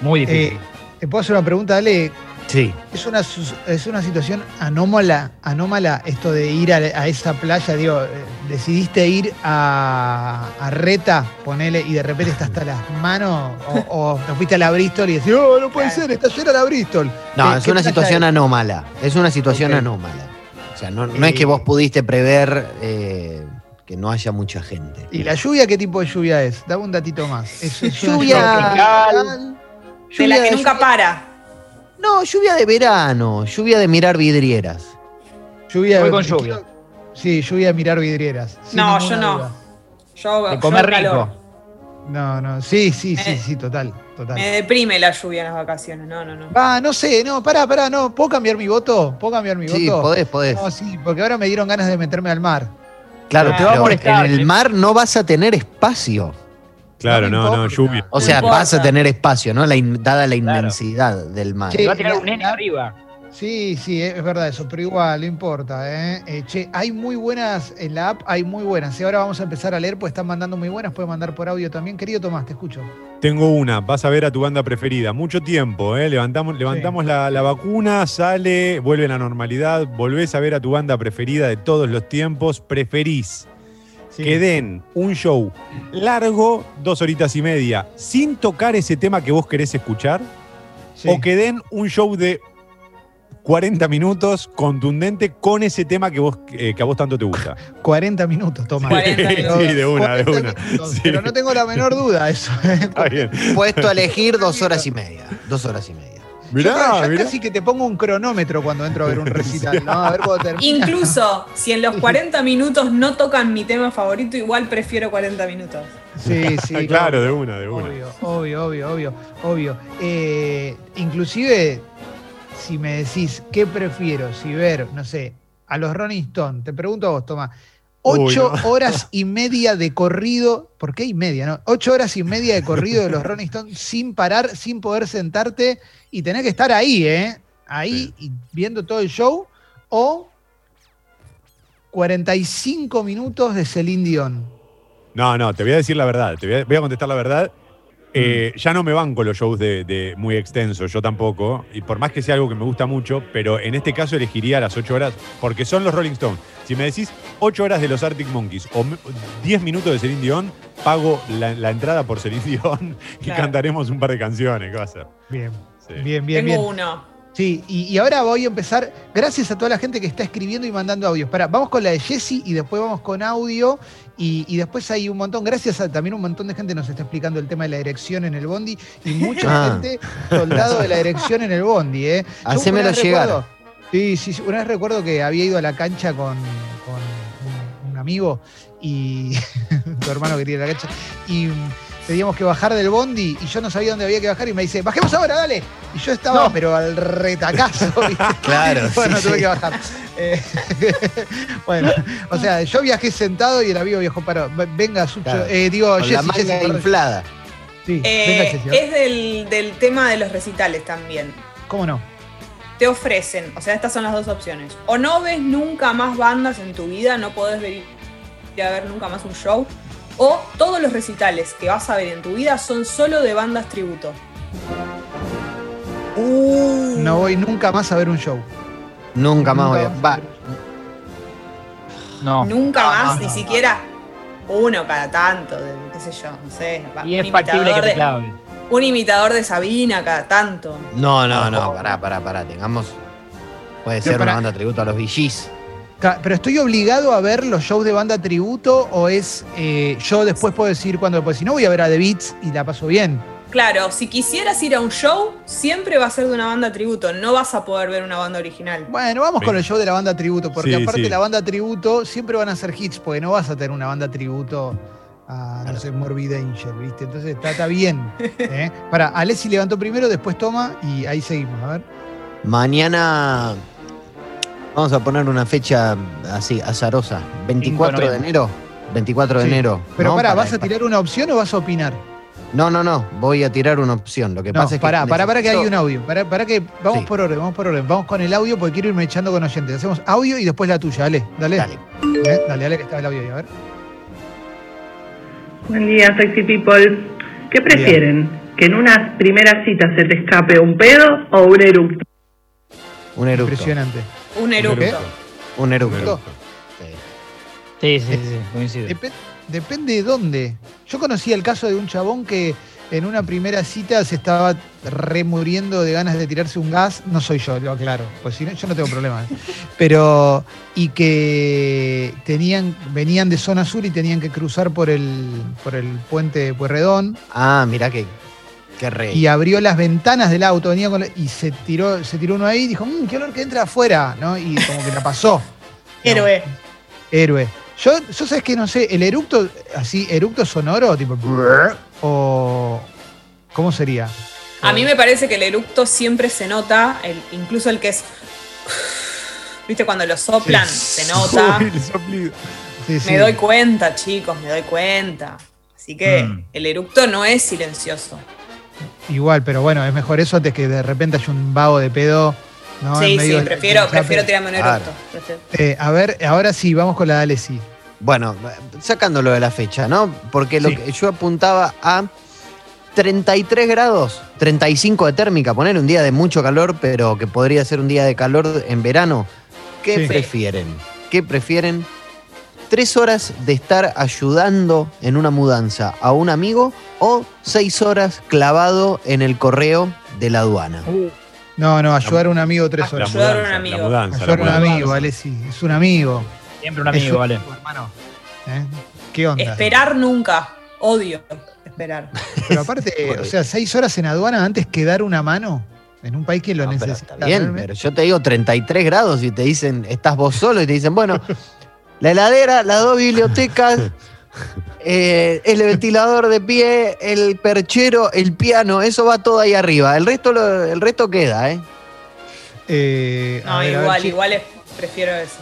[SPEAKER 5] muy difícil.
[SPEAKER 2] Eh, ¿Te puedo hacer una pregunta, Ale?
[SPEAKER 3] Sí.
[SPEAKER 2] ¿Es una, sus- es una situación anómala, anómala esto de ir a, a esa playa? Digo, eh, ¿decidiste ir a, a Reta, ponele, y de repente está hasta las manos? ¿O, o te fuiste a la Bristol y decís, oh, no puede
[SPEAKER 4] Claro.
[SPEAKER 2] ser, está llena la Bristol?
[SPEAKER 3] No,
[SPEAKER 2] ¿Qué-
[SPEAKER 3] es
[SPEAKER 2] qué
[SPEAKER 3] una
[SPEAKER 2] playa
[SPEAKER 3] situación
[SPEAKER 2] es?
[SPEAKER 3] anómala. Es una situación
[SPEAKER 2] Ok.
[SPEAKER 3] anómala. O sea, no, no es que vos pudiste prever eh, que no haya mucha gente.
[SPEAKER 2] ¿Y la lluvia qué tipo de lluvia es? Dame un datito más. Es, es una
[SPEAKER 3] Lluvia.
[SPEAKER 2] tropical,
[SPEAKER 4] De la que
[SPEAKER 2] lluvia-
[SPEAKER 4] nunca para.
[SPEAKER 3] No, lluvia de verano, lluvia de mirar vidrieras.
[SPEAKER 2] Lluvia,
[SPEAKER 5] Voy con lluvia.
[SPEAKER 2] Sí, lluvia a mirar vidrieras. sin
[SPEAKER 4] No,
[SPEAKER 2] ninguna
[SPEAKER 4] yo no.
[SPEAKER 2] duda.
[SPEAKER 4] Yo,
[SPEAKER 5] de
[SPEAKER 4] yo
[SPEAKER 5] comer
[SPEAKER 4] calor.
[SPEAKER 5] rico.
[SPEAKER 2] No, no. Sí, sí, sí,
[SPEAKER 4] Eh.
[SPEAKER 2] sí, total, total.
[SPEAKER 4] Me deprime la lluvia en las vacaciones. No, no, no.
[SPEAKER 2] Va, Ah, no sé, no, pará, pará, no. ¿Puedo cambiar mi voto? ¿Puedo cambiar mi
[SPEAKER 3] Sí,
[SPEAKER 2] voto?
[SPEAKER 3] podés, podés.
[SPEAKER 2] No, sí, porque ahora me dieron ganas de meterme al mar.
[SPEAKER 3] claro,
[SPEAKER 5] te va a
[SPEAKER 3] pero
[SPEAKER 5] molestar,
[SPEAKER 3] en
[SPEAKER 5] ¿eh?
[SPEAKER 3] el mar no vas a tener espacio.
[SPEAKER 1] Claro,
[SPEAKER 2] me
[SPEAKER 1] no, no,
[SPEAKER 2] importa.
[SPEAKER 1] lluvia.
[SPEAKER 3] O
[SPEAKER 4] No
[SPEAKER 3] sea,
[SPEAKER 4] importa.
[SPEAKER 3] vas a tener espacio, ¿no? La in- dada la
[SPEAKER 5] Claro.
[SPEAKER 3] inmensidad del mar.
[SPEAKER 5] Te
[SPEAKER 2] Sí.
[SPEAKER 5] va a tirar
[SPEAKER 2] Eh,
[SPEAKER 5] un nene
[SPEAKER 2] la-
[SPEAKER 5] arriba.
[SPEAKER 2] Sí, sí, eh, es verdad eso, pero igual, no importa, ¿eh? Eh, Che, hay muy buenas, en la app hay muy buenas. Y ahora vamos a empezar a leer, pues están mandando muy buenas, pueden mandar por audio también. Querido Tomás, te escucho.
[SPEAKER 1] Tengo una, vas a ver a tu banda preferida. Mucho tiempo, ¿eh? Levantamos, levantamos la, la vacuna, sale, vuelve la normalidad, volvés a ver a tu banda preferida de todos los tiempos. Preferís que den un show largo, dos horitas y media, sin tocar ese tema que vos querés escuchar,
[SPEAKER 2] Sí.
[SPEAKER 1] o que den un show de 40 minutos contundente con ese tema que, vos, eh, que a vos tanto te gusta.
[SPEAKER 2] 40 minutos, Tomás.
[SPEAKER 4] 40 minutos.
[SPEAKER 1] Sí, de una, de
[SPEAKER 2] 40
[SPEAKER 1] una.
[SPEAKER 2] minutos,
[SPEAKER 1] Sí.
[SPEAKER 2] Pero no tengo la menor duda eso. ¿eh?
[SPEAKER 1] Está bien.
[SPEAKER 3] Puesto a elegir dos horas y media. Dos horas y media.
[SPEAKER 2] Yo creo-
[SPEAKER 1] Mirá,
[SPEAKER 2] yo
[SPEAKER 1] mirá.
[SPEAKER 2] casi que te pongo un cronómetro cuando entro a ver un recital, ¿no? A ver cuándo termina.
[SPEAKER 4] Incluso si en los 40 minutos no tocan mi tema favorito, igual prefiero 40 minutos.
[SPEAKER 2] Sí, sí.
[SPEAKER 1] Ah, claro, de una, de una.
[SPEAKER 2] Obvio, obvio, obvio, obvio, obvio. Eh, inclusive, si me decís, ¿qué prefiero? Si ver, no sé, a los Rolling Stone, te pregunto a vos, Tomás,
[SPEAKER 1] Uy,
[SPEAKER 2] ocho horas y media de corrido, ¿por qué y media? No? Ocho horas y media de corrido de los Rolling Stone sin parar, sin poder sentarte y tener que estar ahí, ¿eh? Ahí y viendo todo el show o 45 minutos de Celine Dion.
[SPEAKER 1] No, no, te voy a decir la verdad, te voy a, voy a contestar la verdad. Eh, Ya no me banco los shows de, de muy extensos, yo tampoco, y por más que sea algo que me gusta mucho, pero en este caso elegiría las 8 horas, porque son los Rolling Stones. Si me decís 8 horas de los Arctic Monkeys o me- 10 minutos de Celine Dion, pago la, la entrada por Celine Dion y
[SPEAKER 4] Claro.
[SPEAKER 1] cantaremos un par de canciones, ¿qué va a ser?
[SPEAKER 2] Bien,
[SPEAKER 1] Sí.
[SPEAKER 2] bien, bien, bien.
[SPEAKER 4] Tengo uno.
[SPEAKER 2] Sí, y, y ahora voy a empezar, gracias a toda la gente que está escribiendo y mandando audios. Pará, vamos con la de Jessy y después vamos con audio. Y, y después hay un montón, gracias a también un montón de gente nos está explicando el tema de la dirección en el bondi. Y mucha
[SPEAKER 3] Ah.
[SPEAKER 2] gente, soldado de la dirección en el bondi, ¿eh? Yo
[SPEAKER 3] Hacémelo
[SPEAKER 2] una vez
[SPEAKER 3] llegar.
[SPEAKER 2] recuerdo- sí, sí, sí, una vez recuerdo que había ido a la cancha con, con un, un amigo y tu hermano quería ir a la cancha. Y mm, teníamos que bajar del bondi y yo no sabía dónde había que bajar y me dice, bajemos ahora, dale. Y yo estaba,
[SPEAKER 5] No.
[SPEAKER 2] pero al retacazo. ¿viste?
[SPEAKER 3] Claro,
[SPEAKER 2] bueno,
[SPEAKER 3] sí,
[SPEAKER 2] tuve
[SPEAKER 3] sí.
[SPEAKER 2] que bajar. Eh, bueno, o sea, yo viajé sentado y el amigo viajó parado. V- Venga, Sucho.
[SPEAKER 3] Claro.
[SPEAKER 2] Eh, digo,
[SPEAKER 3] Con la
[SPEAKER 2] Jessy, Jessy,
[SPEAKER 3] manga
[SPEAKER 2] perdón.
[SPEAKER 3] inflada.
[SPEAKER 2] Sí,
[SPEAKER 4] Eh,
[SPEAKER 2] venga, Jessy. a ver.
[SPEAKER 4] es del, del tema de los recitales también.
[SPEAKER 2] ¿Cómo no?
[SPEAKER 4] Te ofrecen, o sea, estas son las dos opciones. O no ves nunca más bandas en tu vida, no podés ver, ir a ver nunca más un show. O todos los recitales que vas a ver en tu vida son solo de bandas tributo.
[SPEAKER 3] Uh.
[SPEAKER 2] No voy nunca más a ver un show.
[SPEAKER 3] Nunca más voy a...
[SPEAKER 2] Nunca
[SPEAKER 3] Va,
[SPEAKER 5] No.
[SPEAKER 4] Nunca
[SPEAKER 3] No,
[SPEAKER 4] más,
[SPEAKER 3] no,
[SPEAKER 4] ni
[SPEAKER 3] no,
[SPEAKER 4] siquiera uno cada tanto, de- qué sé yo, no sé. va-
[SPEAKER 5] Y es
[SPEAKER 4] un
[SPEAKER 5] factible que
[SPEAKER 4] imitador
[SPEAKER 5] te
[SPEAKER 4] de-
[SPEAKER 5] clave.
[SPEAKER 4] un imitador de Sabina cada tanto.
[SPEAKER 3] No, no, no, pará, pará, pará. Tengamos. Puede
[SPEAKER 2] Pero
[SPEAKER 3] ser
[SPEAKER 2] pará.
[SPEAKER 3] una banda tributo a los VGs.
[SPEAKER 2] Ca- Pero estoy obligado a ver los shows de banda tributo o es eh, yo después puedo decir cuando, pues si no voy a ver a The Beats y la paso bien.
[SPEAKER 4] Claro, si quisieras ir a un show, siempre va a ser de una banda tributo, no vas a poder ver una banda original.
[SPEAKER 2] Bueno, vamos con
[SPEAKER 1] Bien.
[SPEAKER 2] el show de la banda tributo, porque
[SPEAKER 1] Sí,
[SPEAKER 2] aparte
[SPEAKER 1] sí.
[SPEAKER 2] la banda tributo siempre van a ser hits, porque no vas a tener una banda tributo a, no sé, Morbid Angel, ¿viste? Entonces está, está bien. ¿eh? Para, Alessi levantó primero, después toma y ahí seguimos, a ver.
[SPEAKER 3] Mañana vamos a poner una fecha así, azarosa. 24 de,
[SPEAKER 5] noviembre.
[SPEAKER 3] enero. 24 de
[SPEAKER 2] Sí.
[SPEAKER 3] enero.
[SPEAKER 2] Pero
[SPEAKER 3] ¿no?
[SPEAKER 2] pará,
[SPEAKER 3] Para-
[SPEAKER 2] ¿vas a tirar una opción o vas a opinar?
[SPEAKER 3] No, no, no. Voy a tirar una opción. Lo que
[SPEAKER 2] No,
[SPEAKER 3] pasa es que.
[SPEAKER 2] pará, pará, pará que hay
[SPEAKER 3] necesito-
[SPEAKER 2] un audio. Pará, pará que vamos
[SPEAKER 3] Sí.
[SPEAKER 2] por orden, vamos por orden. Vamos con el audio porque quiero irme echando con oyentes. Hacemos audio y después la tuya, dale, dale. Dale,
[SPEAKER 3] Dale.
[SPEAKER 2] ¿Eh? dale, dale que está el audio ahí, a ver.
[SPEAKER 6] Buen día, sexy people. ¿Qué prefieren? ¿Que en una primera cita se te escape un pedo o un eructo?
[SPEAKER 3] Un eructo.
[SPEAKER 2] Impresionante.
[SPEAKER 4] Un eructo.
[SPEAKER 1] eructo.
[SPEAKER 3] Un
[SPEAKER 1] Un
[SPEAKER 3] eructo.
[SPEAKER 1] eructo.
[SPEAKER 3] Sí.
[SPEAKER 5] Sí, sí, sí, sí, coincido.
[SPEAKER 2] Depe- depende de dónde. Yo conocí el caso de un chabón que en una primera cita se estaba remuriendo de ganas de tirarse un gas. No soy yo, lo aclaro. Pues si no, yo no tengo problemas. Pero. Y que tenían, venían de zona sur y tenían que cruzar por el, por el puente de Puerredón.
[SPEAKER 3] Ah, mirá que. Qué rey.
[SPEAKER 2] y abrió las ventanas del auto, venía con la- y se tiró, se tiró uno ahí y dijo, mmm, qué olor que entra afuera, ¿no? Y como que la pasó.
[SPEAKER 4] Héroe.
[SPEAKER 2] Héroe. Yo, yo sabes que no sé, el eructo, así, eructo sonoro, tipo, o. ¿Cómo sería?
[SPEAKER 4] A mí me parece que el eructo siempre se nota, el- incluso el que es. ¿Viste? Cuando lo soplan, se nota.
[SPEAKER 1] Uy, el soplido.
[SPEAKER 2] Sí, sí.
[SPEAKER 4] Me doy cuenta, chicos, me doy cuenta. Así que
[SPEAKER 5] Mm.
[SPEAKER 4] el eructo no es silencioso.
[SPEAKER 2] Igual, pero bueno, es mejor eso antes que de repente haya un vago de pedo. ¿no? En
[SPEAKER 4] sí, sí,
[SPEAKER 2] medio de-
[SPEAKER 4] prefiero,
[SPEAKER 2] del chape.
[SPEAKER 4] prefiero tirarme un
[SPEAKER 3] Claro.
[SPEAKER 4] eructo. Prefiero-
[SPEAKER 2] Eh, a ver, ahora sí, vamos con la Dale sí.
[SPEAKER 3] Bueno, sacándolo de la fecha, ¿no? Porque lo
[SPEAKER 1] Sí.
[SPEAKER 3] que yo apuntaba a 33 grados, 35 de térmica, poner un día de mucho calor, pero que podría ser un día de calor en verano. ¿Qué
[SPEAKER 2] Sí.
[SPEAKER 3] prefieren? ¿Qué prefieren? ¿Tres horas de estar ayudando en una mudanza a un amigo o seis horas clavado en el correo de la aduana?
[SPEAKER 5] Uh,
[SPEAKER 2] No, no, ayudar a un amigo tres
[SPEAKER 1] La
[SPEAKER 4] Ayudar
[SPEAKER 2] horas.
[SPEAKER 4] mu- a un
[SPEAKER 1] mudanza, La
[SPEAKER 4] amigo.
[SPEAKER 1] mudanza, la
[SPEAKER 2] Ayudar a un
[SPEAKER 1] mudanza.
[SPEAKER 2] amigo, Alessi. Es un amigo.
[SPEAKER 5] Siempre un amigo, vale.
[SPEAKER 2] Tu hermano. ¿Eh? ¿Qué onda?
[SPEAKER 4] Esperar nunca. Odio esperar.
[SPEAKER 2] Pero aparte, o sea, seis horas en aduana antes que dar una mano en un país que lo
[SPEAKER 3] No, Ah, pero
[SPEAKER 2] necesita.
[SPEAKER 3] está bien,
[SPEAKER 2] realmente.
[SPEAKER 3] pero yo te digo 33 grados y te dicen, estás vos solo y te dicen, bueno, la heladera, las dos bibliotecas, eh, el ventilador de pie, el perchero, el piano, eso va todo ahí arriba. El resto, lo- el resto queda, ¿eh?
[SPEAKER 2] Eh, a ver, a
[SPEAKER 4] No,
[SPEAKER 2] ver,
[SPEAKER 4] igual,
[SPEAKER 2] che,
[SPEAKER 4] igual es- prefiero eso.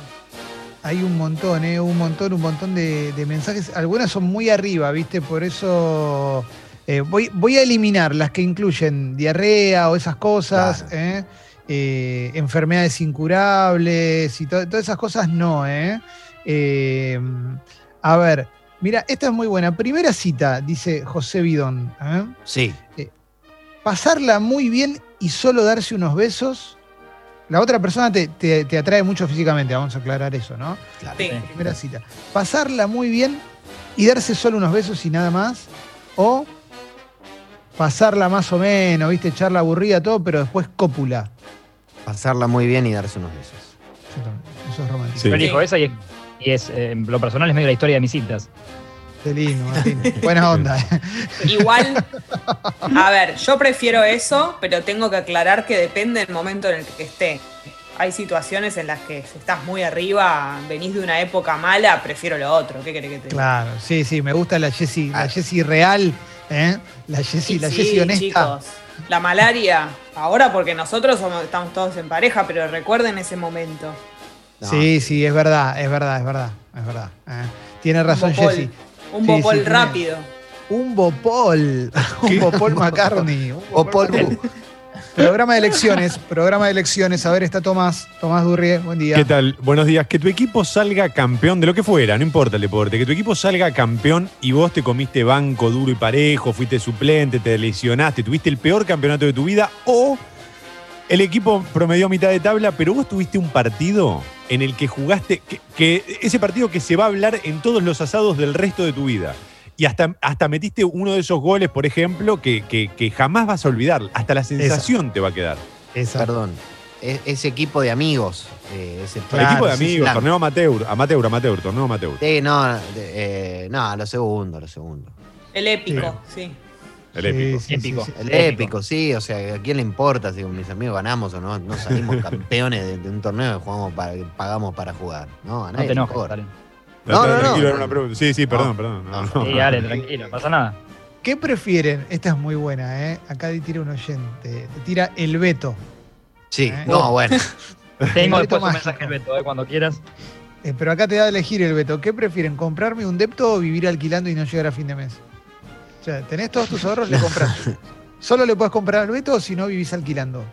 [SPEAKER 2] Hay un montón, ¿eh? Un montón, un montón de, de mensajes. Algunas son muy arriba, ¿viste? Por eso eh, voy, voy a eliminar las que incluyen diarrea o esas cosas,
[SPEAKER 3] Claro.
[SPEAKER 2] ¿eh? Eh, enfermedades incurables y to- todas esas cosas no, ¿eh? Eh, A ver, mira, esta es muy buena. Primera cita, dice José Bidón. ¿eh?
[SPEAKER 3] Sí.
[SPEAKER 2] pasarla muy bien y solo darse unos besos, la otra persona te, te- te atrae mucho físicamente, vamos a aclarar eso, ¿no?
[SPEAKER 3] Claro.
[SPEAKER 4] Sí.
[SPEAKER 2] Primera cita. Pasarla muy bien y darse solo unos besos y nada más, o pasarla más o menos, viste, charla aburrida, todo, pero después cópula.
[SPEAKER 3] Pasarla muy bien y darse unos besos.
[SPEAKER 2] Yo también, Eso es romántico.
[SPEAKER 1] Sí.
[SPEAKER 5] Yo elijo esa y es, y es, eh, en lo personal es medio la historia de mis citas.
[SPEAKER 2] Qué lindo, Martín. Buena onda. ¿eh?
[SPEAKER 4] Igual, a ver, yo prefiero eso, pero tengo que aclarar que depende del momento en el que esté. Hay situaciones en las que si estás muy arriba, venís de una época mala, prefiero lo otro. ¿Qué querés que te diga?
[SPEAKER 2] Claro, sí, sí, me gusta la Jessie, la Jessie real, ¿eh? la Jessie,
[SPEAKER 4] Y
[SPEAKER 2] la
[SPEAKER 4] sí,
[SPEAKER 2] Jessie honesta.
[SPEAKER 4] chicos, la malaria, ahora porque nosotros somos- estamos todos en pareja, pero recuerden ese momento.
[SPEAKER 3] No.
[SPEAKER 2] Sí, sí, es verdad, es verdad, es verdad, es verdad. ¿eh? Tiene razón
[SPEAKER 4] bopol.
[SPEAKER 2] Jessy.
[SPEAKER 4] Un
[SPEAKER 2] Sí,
[SPEAKER 4] bopol
[SPEAKER 2] sí, tiene-
[SPEAKER 4] rápido.
[SPEAKER 2] Un bopol, un bopol McCartney. un
[SPEAKER 3] O
[SPEAKER 2] bopol
[SPEAKER 3] polvo.
[SPEAKER 2] McCartney. Programa de elecciones, programa de elecciones. A ver, está Tomás, Tomás Durrie, buen día.
[SPEAKER 1] ¿Qué tal? Buenos días. Que tu equipo salga campeón de lo que fuera, no importa el deporte. Que tu equipo salga campeón y vos te comiste banco duro y parejo, fuiste suplente, te lesionaste, tuviste el peor campeonato de tu vida o el equipo promedió mitad de tabla, pero vos tuviste un partido en el que jugaste, que, que ese partido que se va a hablar en todos los asados del resto de tu vida. Y hasta, hasta metiste uno de esos goles, por ejemplo, que, que- que jamás vas a olvidar. Hasta la sensación te va a quedar.
[SPEAKER 2] Esa.
[SPEAKER 3] Perdón. E- ese equipo de amigos. eh, ese
[SPEAKER 1] El
[SPEAKER 2] Claro,
[SPEAKER 1] equipo de
[SPEAKER 3] sí, sí,
[SPEAKER 1] amigos,
[SPEAKER 3] claro.
[SPEAKER 1] torneo amateur, amateur, amateur, torneo amateur.
[SPEAKER 3] Sí, no, de- eh, no, lo segundo, lo segundo.
[SPEAKER 4] El épico, sí.
[SPEAKER 1] El épico.
[SPEAKER 2] Sí, sí,
[SPEAKER 5] Épico.
[SPEAKER 2] sí, sí.
[SPEAKER 3] El épico, sí, o sea, ¿a quién le importa si con mis amigos ganamos o no, no salimos campeones de, de un torneo que jugamos para, que pagamos para jugar? No, a
[SPEAKER 5] No
[SPEAKER 3] nadie
[SPEAKER 5] te
[SPEAKER 3] le
[SPEAKER 5] enojes,
[SPEAKER 3] importa.
[SPEAKER 5] dale.
[SPEAKER 3] No, no, no.
[SPEAKER 1] Tranquilo, era una pregunta. Sí, sí, perdón,
[SPEAKER 3] No.
[SPEAKER 1] perdón. no,
[SPEAKER 3] No.
[SPEAKER 1] no.
[SPEAKER 5] Sí, dale, tranquilo, no pasa nada.
[SPEAKER 2] ¿Qué prefieren? Esta es muy buena, ¿eh? Acá tira un oyente. Te tira el veto.
[SPEAKER 3] Sí,
[SPEAKER 2] Eh.
[SPEAKER 3] no, bueno.
[SPEAKER 5] Tengo
[SPEAKER 2] Maldito
[SPEAKER 5] después un
[SPEAKER 2] mágico.
[SPEAKER 5] mensaje, Beto, eh, cuando quieras.
[SPEAKER 2] Eh, pero acá te da a elegir el veto. ¿Qué prefieren? ¿Comprarme un depto o vivir alquilando y no llegar a fin de mes? O sea, tenés todos tus ahorros, le compras. Solo le puedes comprar al veto si no vivís alquilando.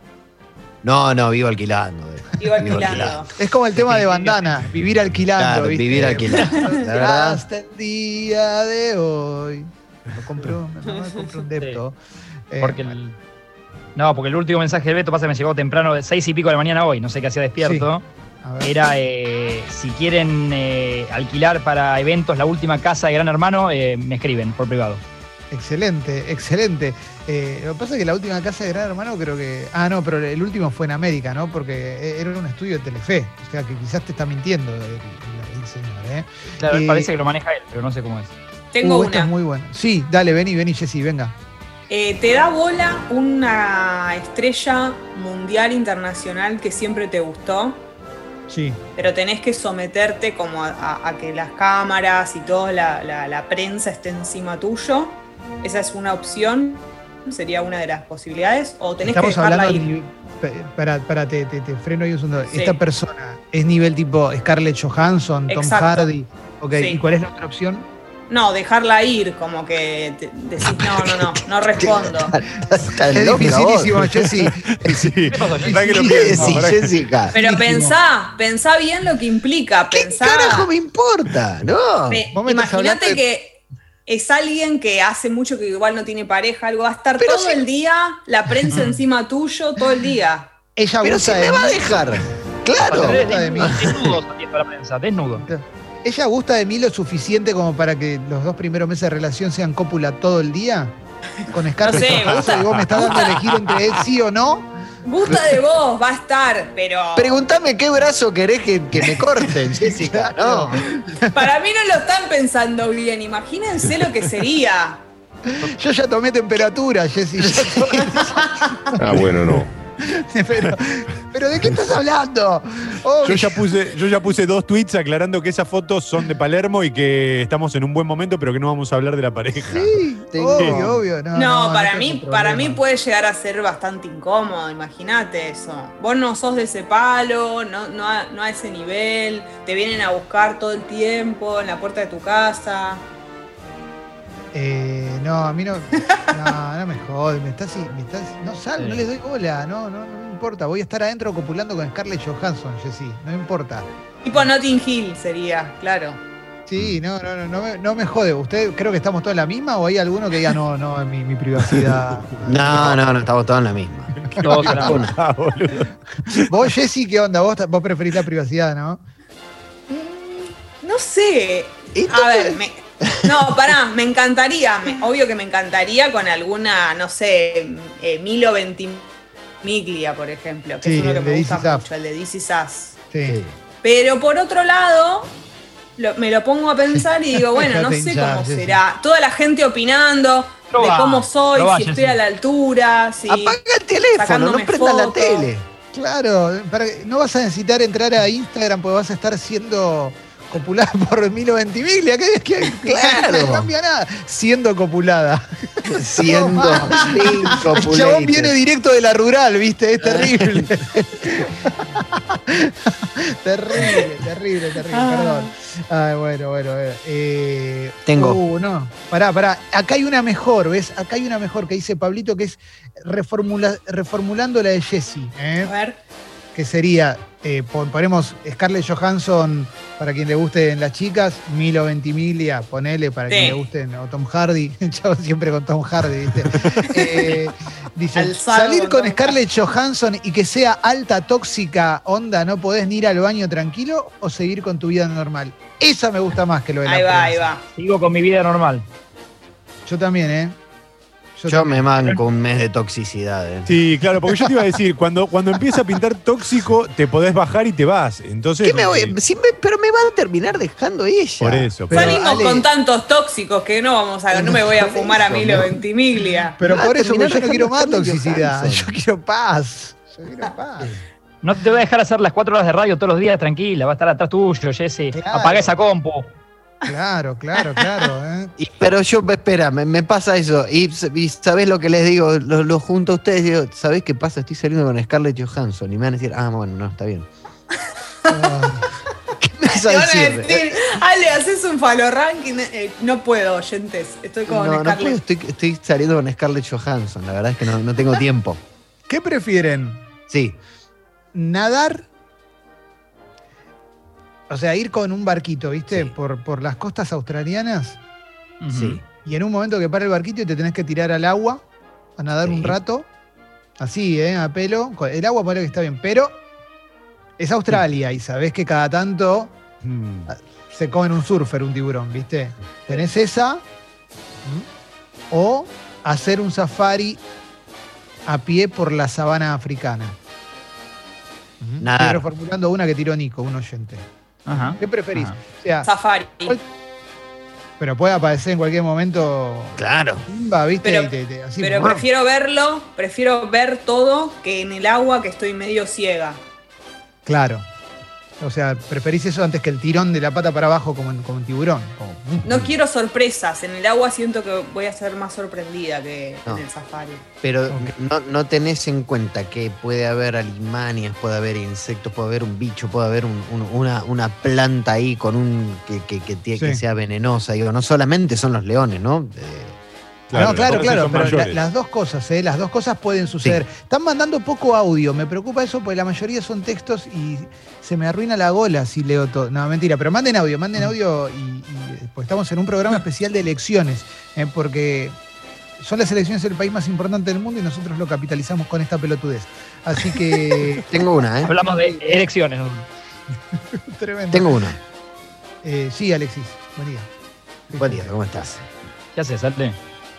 [SPEAKER 3] No, no, vivo alquilando. eh.
[SPEAKER 4] Iba
[SPEAKER 3] Vivo
[SPEAKER 4] alquilando.
[SPEAKER 2] Es como el tema de bandana, vivir alquilando.
[SPEAKER 3] Claro,
[SPEAKER 2] ¿viste?
[SPEAKER 3] vivir alquilando. La verdad,
[SPEAKER 2] Hasta el día de hoy. Lo compré, un- mi mamá compró un depto. Eh,
[SPEAKER 5] Porque el, no, porque el último mensaje de Beto pasa que me llegó temprano, de seis y pico de la mañana hoy, no sé qué hacía despierto.
[SPEAKER 2] a ver.
[SPEAKER 5] Era eh, si quieren eh, alquilar para eventos la última casa de Gran Hermano, eh, me escriben por privado.
[SPEAKER 2] Excelente, excelente. Eh, lo que pasa es que la última casa de Gran Hermano creo que... Ah, no, pero el último fue en América, ¿no? Porque e- era un estudio de Telefe. O sea, que quizás te está mintiendo el, el señor, ¿eh?
[SPEAKER 5] Claro,
[SPEAKER 2] Y-
[SPEAKER 5] parece que lo maneja él, pero no sé cómo es.
[SPEAKER 4] Tengo
[SPEAKER 2] Uh, esta
[SPEAKER 4] una.
[SPEAKER 2] es muy buena. Sí, dale, vení, vení, Jessy, venga.
[SPEAKER 4] Eh, ¿Te da bola una estrella mundial internacional que siempre te gustó?
[SPEAKER 2] Sí.
[SPEAKER 4] Pero tenés que someterte como a, a- a que las cámaras y toda la, la- la prensa esté encima tuyo. Esa es una opción, sería una de las posibilidades. O tenés
[SPEAKER 2] Estamos
[SPEAKER 4] que dejarla
[SPEAKER 2] hablando...
[SPEAKER 4] ir.
[SPEAKER 2] de- pe- Pará, pará, te, te- te freno ahí un segundo.
[SPEAKER 4] Sí.
[SPEAKER 2] Esta persona es nivel tipo Scarlett Johansson, Tom
[SPEAKER 4] Exacto.
[SPEAKER 2] Hardy. Ok,
[SPEAKER 4] Sí.
[SPEAKER 2] ¿y cuál es la otra opción?
[SPEAKER 4] No, dejarla ir, como que te-
[SPEAKER 2] Ah,
[SPEAKER 4] decís, no, no, no, no respondo.
[SPEAKER 3] estás
[SPEAKER 2] Es
[SPEAKER 3] loca vos.
[SPEAKER 2] dificilísimo, Jessy.
[SPEAKER 1] Sí, pará que lo
[SPEAKER 3] ¿Qué
[SPEAKER 1] pienso,
[SPEAKER 3] decís,
[SPEAKER 1] pará que-
[SPEAKER 3] Jessica?
[SPEAKER 4] Pero
[SPEAKER 2] Buenísimo.
[SPEAKER 4] pensá, pensá bien lo que implica.
[SPEAKER 3] ¿Qué
[SPEAKER 4] Pensá.
[SPEAKER 3] carajo me importa? No.
[SPEAKER 4] Pe-
[SPEAKER 2] Vos me estás
[SPEAKER 4] Imagínate
[SPEAKER 2] hablando de-
[SPEAKER 4] que es alguien que hace mucho que igual no tiene pareja, algo va a estar
[SPEAKER 3] Pero
[SPEAKER 4] todo
[SPEAKER 3] si-
[SPEAKER 4] el día, la prensa encima tuyo, todo el día.
[SPEAKER 2] Ella
[SPEAKER 3] Pero si
[SPEAKER 2] gusta de
[SPEAKER 3] me va a dejar. Claro.
[SPEAKER 5] Desnudos
[SPEAKER 2] Gusta de mí.
[SPEAKER 5] desnudos saliendo a la prensa, desnudo.
[SPEAKER 2] ¿Ella gusta de mí lo suficiente como para que los dos primeros meses de relación sean cópula todo el día? Con Scarlett
[SPEAKER 4] No sé,
[SPEAKER 2] Johansson,
[SPEAKER 4] gusta-
[SPEAKER 2] y vos me estás dando a elegir entre él sí o no.
[SPEAKER 4] Gusta de vos, va a estar, pero
[SPEAKER 3] Preguntame qué brazo querés que, que me corten, Jessica. No.
[SPEAKER 4] para mí no lo están pensando bien. Imagínense lo que sería.
[SPEAKER 2] Yo ya tomé temperatura, Jessy. ya tomé-
[SPEAKER 7] Ah, bueno, no.
[SPEAKER 2] pero, pero ¿de qué estás hablando? Oh,
[SPEAKER 1] Yo ya, puse, yo ya puse dos tweets aclarando que esas fotos son de Palermo y que estamos en un buen momento, pero que no vamos a hablar de la pareja.
[SPEAKER 2] sí,
[SPEAKER 3] Tengo-
[SPEAKER 2] obvio, obvio. No,
[SPEAKER 4] No, para
[SPEAKER 2] no
[SPEAKER 4] mí,
[SPEAKER 2] tengo
[SPEAKER 4] para mí
[SPEAKER 2] problema.
[SPEAKER 4] puede llegar a ser bastante incómodo, imagínate eso. Vos no sos de ese palo, no, no, a, no a ese nivel, te vienen a buscar todo el tiempo en la puerta de tu casa.
[SPEAKER 2] Eh, no, a mí no. No, no me jodas. Me estás, me estás, no sal, no
[SPEAKER 5] Sí.
[SPEAKER 2] les doy bola. No, no, no me importa. Voy a estar adentro copulando con Scarlett Johansson, Jessy. No me importa.
[SPEAKER 4] Tipo Notting Hill sería, claro.
[SPEAKER 2] Sí, no, no, no, no me, no me jode. ¿Usted creo que estamos todos en la misma o hay alguno que diga, no, no, mi, mi privacidad?
[SPEAKER 3] No, no, no, estamos todos en la misma.
[SPEAKER 5] Todos a la-
[SPEAKER 1] Ah, boludo.
[SPEAKER 2] Vos, Jessy, ¿qué onda? Vos, ta- vos preferís la privacidad, ¿no?
[SPEAKER 4] No sé.
[SPEAKER 3] Esto
[SPEAKER 4] A ver, me- no, pará, me encantaría, me- obvio que me encantaría con alguna, no sé, eh, Milo Ventimiglia, por ejemplo, que
[SPEAKER 2] Sí,
[SPEAKER 4] es uno que
[SPEAKER 2] el de
[SPEAKER 4] me gusta
[SPEAKER 2] This Is Us.
[SPEAKER 4] mucho, el de DC Sass.
[SPEAKER 2] Sí.
[SPEAKER 4] Pero por otro lado, lo- me lo pongo a pensar y digo, bueno, no
[SPEAKER 2] Déjate
[SPEAKER 4] sé
[SPEAKER 2] hinchar,
[SPEAKER 4] cómo
[SPEAKER 2] sí, sí.
[SPEAKER 4] será. Toda la gente opinando
[SPEAKER 5] Probá,
[SPEAKER 4] de cómo soy,
[SPEAKER 5] probá,
[SPEAKER 4] si estoy
[SPEAKER 5] Jessy.
[SPEAKER 4] a la altura, si.
[SPEAKER 3] Apaga el teléfono,
[SPEAKER 4] Sacándome
[SPEAKER 3] no prendas la
[SPEAKER 4] fotos.
[SPEAKER 3] tele.
[SPEAKER 2] Claro, para que- no vas a necesitar entrar a Instagram porque vas a estar siendo copulada por Milo Ventimiglia. ¿Qué, qué-
[SPEAKER 3] Claro.
[SPEAKER 2] No cambia nada. Siendo copulada.
[SPEAKER 3] Siendo cinco
[SPEAKER 2] El chabón viene directo de la rural, ¿viste? Es terrible. terrible, terrible, terrible,
[SPEAKER 4] Ah.
[SPEAKER 2] perdón. Ay, bueno, bueno, bueno. Eh,
[SPEAKER 3] Tengo.
[SPEAKER 2] Uh, no. Pará, pará. Acá hay una mejor, ¿ves? Acá hay una mejor que dice Pablito que es reformula- reformulando la de Jessy. ¿eh?
[SPEAKER 4] A ver,
[SPEAKER 2] que sería, eh, pon- ponemos Scarlett Johansson para quien le gusten las chicas, Milo Ventimiglia, ponele para
[SPEAKER 4] Sí.
[SPEAKER 2] quien le gusten, o Tom Hardy, chavo siempre con Tom Hardy, ¿viste? Eh, dice,
[SPEAKER 4] Alzado
[SPEAKER 2] salir
[SPEAKER 4] con
[SPEAKER 2] con
[SPEAKER 4] Tom
[SPEAKER 2] Scarlett Johansson y que sea alta, tóxica, onda, no podés ni ir al baño tranquilo o seguir con tu vida normal. Esa me gusta más que lo de la
[SPEAKER 4] ahí va, ahí
[SPEAKER 2] prensa.
[SPEAKER 4] va.
[SPEAKER 5] Sigo con mi vida normal.
[SPEAKER 2] Yo también, ¿eh?
[SPEAKER 3] Yo, me manco un mes de toxicidad. eh.
[SPEAKER 1] Sí, claro, porque yo te iba a decir, cuando, cuando empieza a pintar tóxico, te podés bajar y te vas. Entonces.
[SPEAKER 3] ¿Qué me voy?
[SPEAKER 1] eh,
[SPEAKER 3] Sí, me- pero me va a terminar dejando ella.
[SPEAKER 1] Por eso.
[SPEAKER 2] Pero,
[SPEAKER 1] pero-
[SPEAKER 4] Salimos
[SPEAKER 2] Ale-
[SPEAKER 4] con tantos tóxicos que no vamos a, no me voy a fumar a Milo Ventimiglia.
[SPEAKER 2] Pero
[SPEAKER 3] Ah,
[SPEAKER 2] por eso,
[SPEAKER 3] terminó
[SPEAKER 2] porque yo no quiero más
[SPEAKER 3] dejando a Scarlett
[SPEAKER 2] toxicidad. Yo
[SPEAKER 3] Johansson.
[SPEAKER 2] quiero paz. Yo quiero paz.
[SPEAKER 5] No te voy a dejar hacer las cuatro horas de radio todos los días tranquila, va a estar atrás tuyo, Jesse.
[SPEAKER 2] Claro.
[SPEAKER 5] Apaga esa compu.
[SPEAKER 2] Claro, claro, claro. ¿eh?
[SPEAKER 3] Y- pero yo, espera, me, me pasa eso. Y, s- y sabés lo que les digo, lo, lo junto a ustedes y digo, ¿sabés qué pasa? Estoy saliendo con Scarlett Johansson. Y me van a decir, ah, bueno, no, está bien.
[SPEAKER 2] Ah,
[SPEAKER 3] ¿Qué me vas a
[SPEAKER 4] Te van a
[SPEAKER 3] decir? eh,
[SPEAKER 4] decir, Ale, haces un falo ranking. Eh, no puedo, oyentes. Estoy con
[SPEAKER 3] No, no
[SPEAKER 4] Scarlett.
[SPEAKER 3] puedo, estoy, estoy saliendo con Scarlett Johansson. La verdad es que no, no tengo tiempo.
[SPEAKER 2] ¿Qué prefieren?
[SPEAKER 3] Sí.
[SPEAKER 2] nadar, o sea, ir con un barquito, ¿viste? Por, por las costas australianas
[SPEAKER 3] Sí.
[SPEAKER 2] y en un momento que para el barquito y te tenés que tirar al agua a nadar
[SPEAKER 3] Sí.
[SPEAKER 2] un rato, así, ¿eh? A pelo. Con- El agua parece que está bien, pero es Australia y sabés que cada tanto
[SPEAKER 1] Mm.
[SPEAKER 3] Ah,
[SPEAKER 2] se comen un surfer, un tiburón, ¿viste? Tenés esa ¿m? o hacer un safari a pie por la sabana africana. Ujú.
[SPEAKER 3] Nadar.
[SPEAKER 2] Estoy reformulando una que tiró Nico, un oyente.
[SPEAKER 5] Ajá.
[SPEAKER 2] ¿Qué preferís?
[SPEAKER 5] Ajá.
[SPEAKER 2] O sea,
[SPEAKER 4] Safari.
[SPEAKER 2] pero puede aparecer en cualquier momento
[SPEAKER 3] Claro.
[SPEAKER 2] Simba, ¿viste?
[SPEAKER 4] Pero-
[SPEAKER 2] Y te- te- así,
[SPEAKER 4] Pero
[SPEAKER 2] ¡mua!
[SPEAKER 4] prefiero verlo, prefiero ver todo que en el agua que estoy medio ciega.
[SPEAKER 2] Claro. O sea, preferís eso antes que el tirón de la pata para abajo como, en- como un tiburón. como-
[SPEAKER 3] Mm.
[SPEAKER 4] No quiero sorpresas. En el agua siento que voy a ser más sorprendida que
[SPEAKER 3] No.
[SPEAKER 4] en el safari.
[SPEAKER 3] Pero
[SPEAKER 2] Ok.
[SPEAKER 3] no, no tenés en cuenta que puede haber alimanias, puede haber insectos, puede haber un bicho, puede haber un- un- una, una planta ahí con un que, que, que tie- que
[SPEAKER 2] Sí.
[SPEAKER 3] sea venenosa. Digo, no solamente son los leones, ¿no? Eh,
[SPEAKER 2] no, claro,
[SPEAKER 1] entonces
[SPEAKER 2] claro,
[SPEAKER 1] son
[SPEAKER 2] pero la-
[SPEAKER 1] mayores.
[SPEAKER 2] las dos cosas, ¿eh? las dos cosas pueden suceder. Están mandando poco audio, me preocupa eso porque la mayoría son textos y se me arruina la gola si leo todo. No, mentira, pero manden audio, manden audio y, y, pues estamos en un programa especial de elecciones, ¿eh? porque son las elecciones del país más importante del mundo y nosotros lo capitalizamos con esta pelotudez. Así que,
[SPEAKER 3] tengo una, ¿eh?
[SPEAKER 5] Hablamos de elecciones.
[SPEAKER 2] tremendo.
[SPEAKER 3] Tengo una.
[SPEAKER 2] Eh, sí, Alexis, buen día.
[SPEAKER 3] Buen día, ¿cómo estás?
[SPEAKER 5] ¿Qué haces, Salte?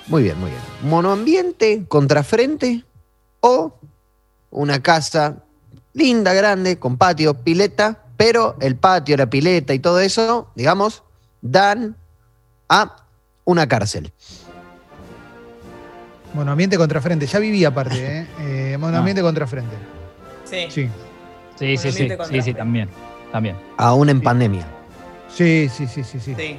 [SPEAKER 3] Muy bien, muy bien. Monoambiente, contrafrente o una casa linda, grande, con patio, pileta, pero el patio, la pileta y todo eso, digamos, dan a una cárcel.
[SPEAKER 2] Bueno, ambiente contra frente, ya viví aparte, ¿eh? eh bueno,
[SPEAKER 5] Ah.
[SPEAKER 2] ambiente contra frente.
[SPEAKER 4] Sí.
[SPEAKER 2] Sí.
[SPEAKER 5] Sí, sí,
[SPEAKER 4] ambiente
[SPEAKER 5] sí. Sí, sí,
[SPEAKER 4] contraste.
[SPEAKER 5] también. También.
[SPEAKER 3] Aún en pandemia.
[SPEAKER 2] Sí, sí, sí, sí, sí.
[SPEAKER 4] sí.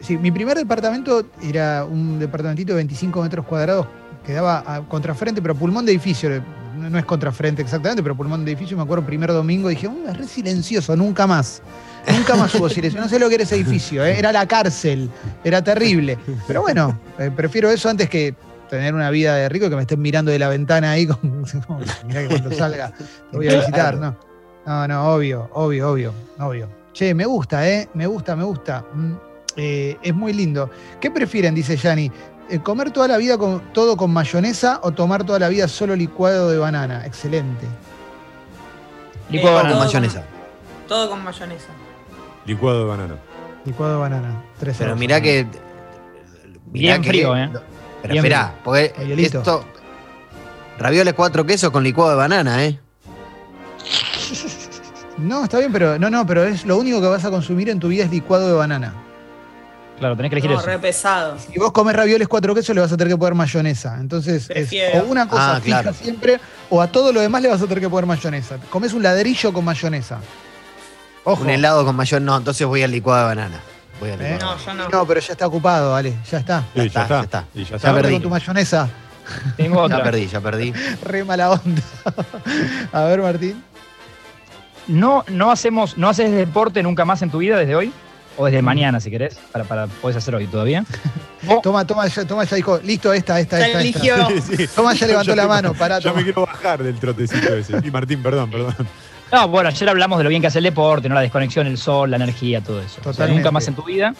[SPEAKER 2] Sí, mi primer departamento era un departamentito de 25 metros cuadrados que daba a contrafrente, pero pulmón de edificio. eh, No no es contrafrente exactamente, pero pulmón de edificio. Me acuerdo primer domingo dije, "Uh, es re silencioso, nunca más. Nunca más hubo silencio. No sé lo que era ese edificio, eh, era la cárcel, era terrible. Pero bueno, eh, prefiero eso antes que tener una vida de rico y que me estén mirando de la ventana ahí. Con, como, mirá que cuando salga te voy a visitar, ¿no? No, no, obvio, obvio, obvio, obvio. Che, me gusta, ¿eh? Me gusta, me gusta. Mm, eh, es muy lindo. ¿Qué prefieren, dice Yanni? eh, ¿Comer toda la vida con, todo con mayonesa o tomar toda la vida solo licuado de banana? Excelente.
[SPEAKER 4] Eh,
[SPEAKER 5] Licuado de
[SPEAKER 3] Con
[SPEAKER 5] banana.
[SPEAKER 4] todo-
[SPEAKER 3] mayonesa.
[SPEAKER 4] Todo con mayonesa.
[SPEAKER 1] Licuado de banana.
[SPEAKER 2] Licuado de banana. Tres
[SPEAKER 3] Pero
[SPEAKER 2] horas.
[SPEAKER 3] mirá que. mirá
[SPEAKER 5] Bien frío, ¿eh?
[SPEAKER 3] Pero
[SPEAKER 5] Bien
[SPEAKER 3] esperá, porque
[SPEAKER 2] Oye, Lito.
[SPEAKER 3] esto. Ravioles cuatro quesos con licuado de banana, ¿eh?
[SPEAKER 2] No, está bien, pero no, no, pero es lo único que vas a consumir en tu vida es licuado de banana.
[SPEAKER 5] Claro, tenés que elegir
[SPEAKER 4] No,
[SPEAKER 5] eso.
[SPEAKER 4] re pesado.
[SPEAKER 2] Si vos comes ravioles cuatro quesos, le vas a tener que poner mayonesa. Entonces, es
[SPEAKER 4] Prefiero.
[SPEAKER 2] o una cosa
[SPEAKER 3] Ah,
[SPEAKER 2] fija
[SPEAKER 3] claro.
[SPEAKER 2] siempre, o a todo lo demás le vas a tener que poner mayonesa. Comes un ladrillo con mayonesa. Ojo.
[SPEAKER 3] Un helado con mayor. No, entonces voy al licuado de banana. Voy al
[SPEAKER 2] ¿Eh?
[SPEAKER 3] licuado de
[SPEAKER 4] No,
[SPEAKER 3] banana.
[SPEAKER 4] yo no.
[SPEAKER 2] No, pero ya está ocupado, Ale, ya está.
[SPEAKER 1] Sí,
[SPEAKER 3] está, ya está.
[SPEAKER 1] Y ya
[SPEAKER 3] Ya
[SPEAKER 1] está.
[SPEAKER 2] Andate
[SPEAKER 3] perdí.
[SPEAKER 2] con tu mayonesa,
[SPEAKER 5] Tengo
[SPEAKER 3] Ya
[SPEAKER 5] otra.
[SPEAKER 3] perdí, ya perdí.
[SPEAKER 2] re mala onda. a ver, Martín.
[SPEAKER 5] No, no hacemos, no haces deporte nunca más en tu vida desde hoy. O desde mañana, si querés, para, para podés hacer hoy todavía. O-
[SPEAKER 2] Toma, toma, ya, toma, ya dijo, listo, esta, esta,
[SPEAKER 4] Ya
[SPEAKER 2] esta. esta.
[SPEAKER 4] eligió.
[SPEAKER 1] Sí, sí.
[SPEAKER 2] Toma, ya levantó
[SPEAKER 1] Yo
[SPEAKER 2] la
[SPEAKER 1] me-
[SPEAKER 2] mano, pará,
[SPEAKER 1] Yo
[SPEAKER 2] toma.
[SPEAKER 1] me quiero bajar del trotecito ese. Y Martín, perdón, perdón.
[SPEAKER 5] No, bueno, ayer hablamos de lo bien que hace el deporte, ¿no? La desconexión, el sol, la energía, todo eso. O sea,
[SPEAKER 2] Totalmente.
[SPEAKER 5] nunca más en tu vida.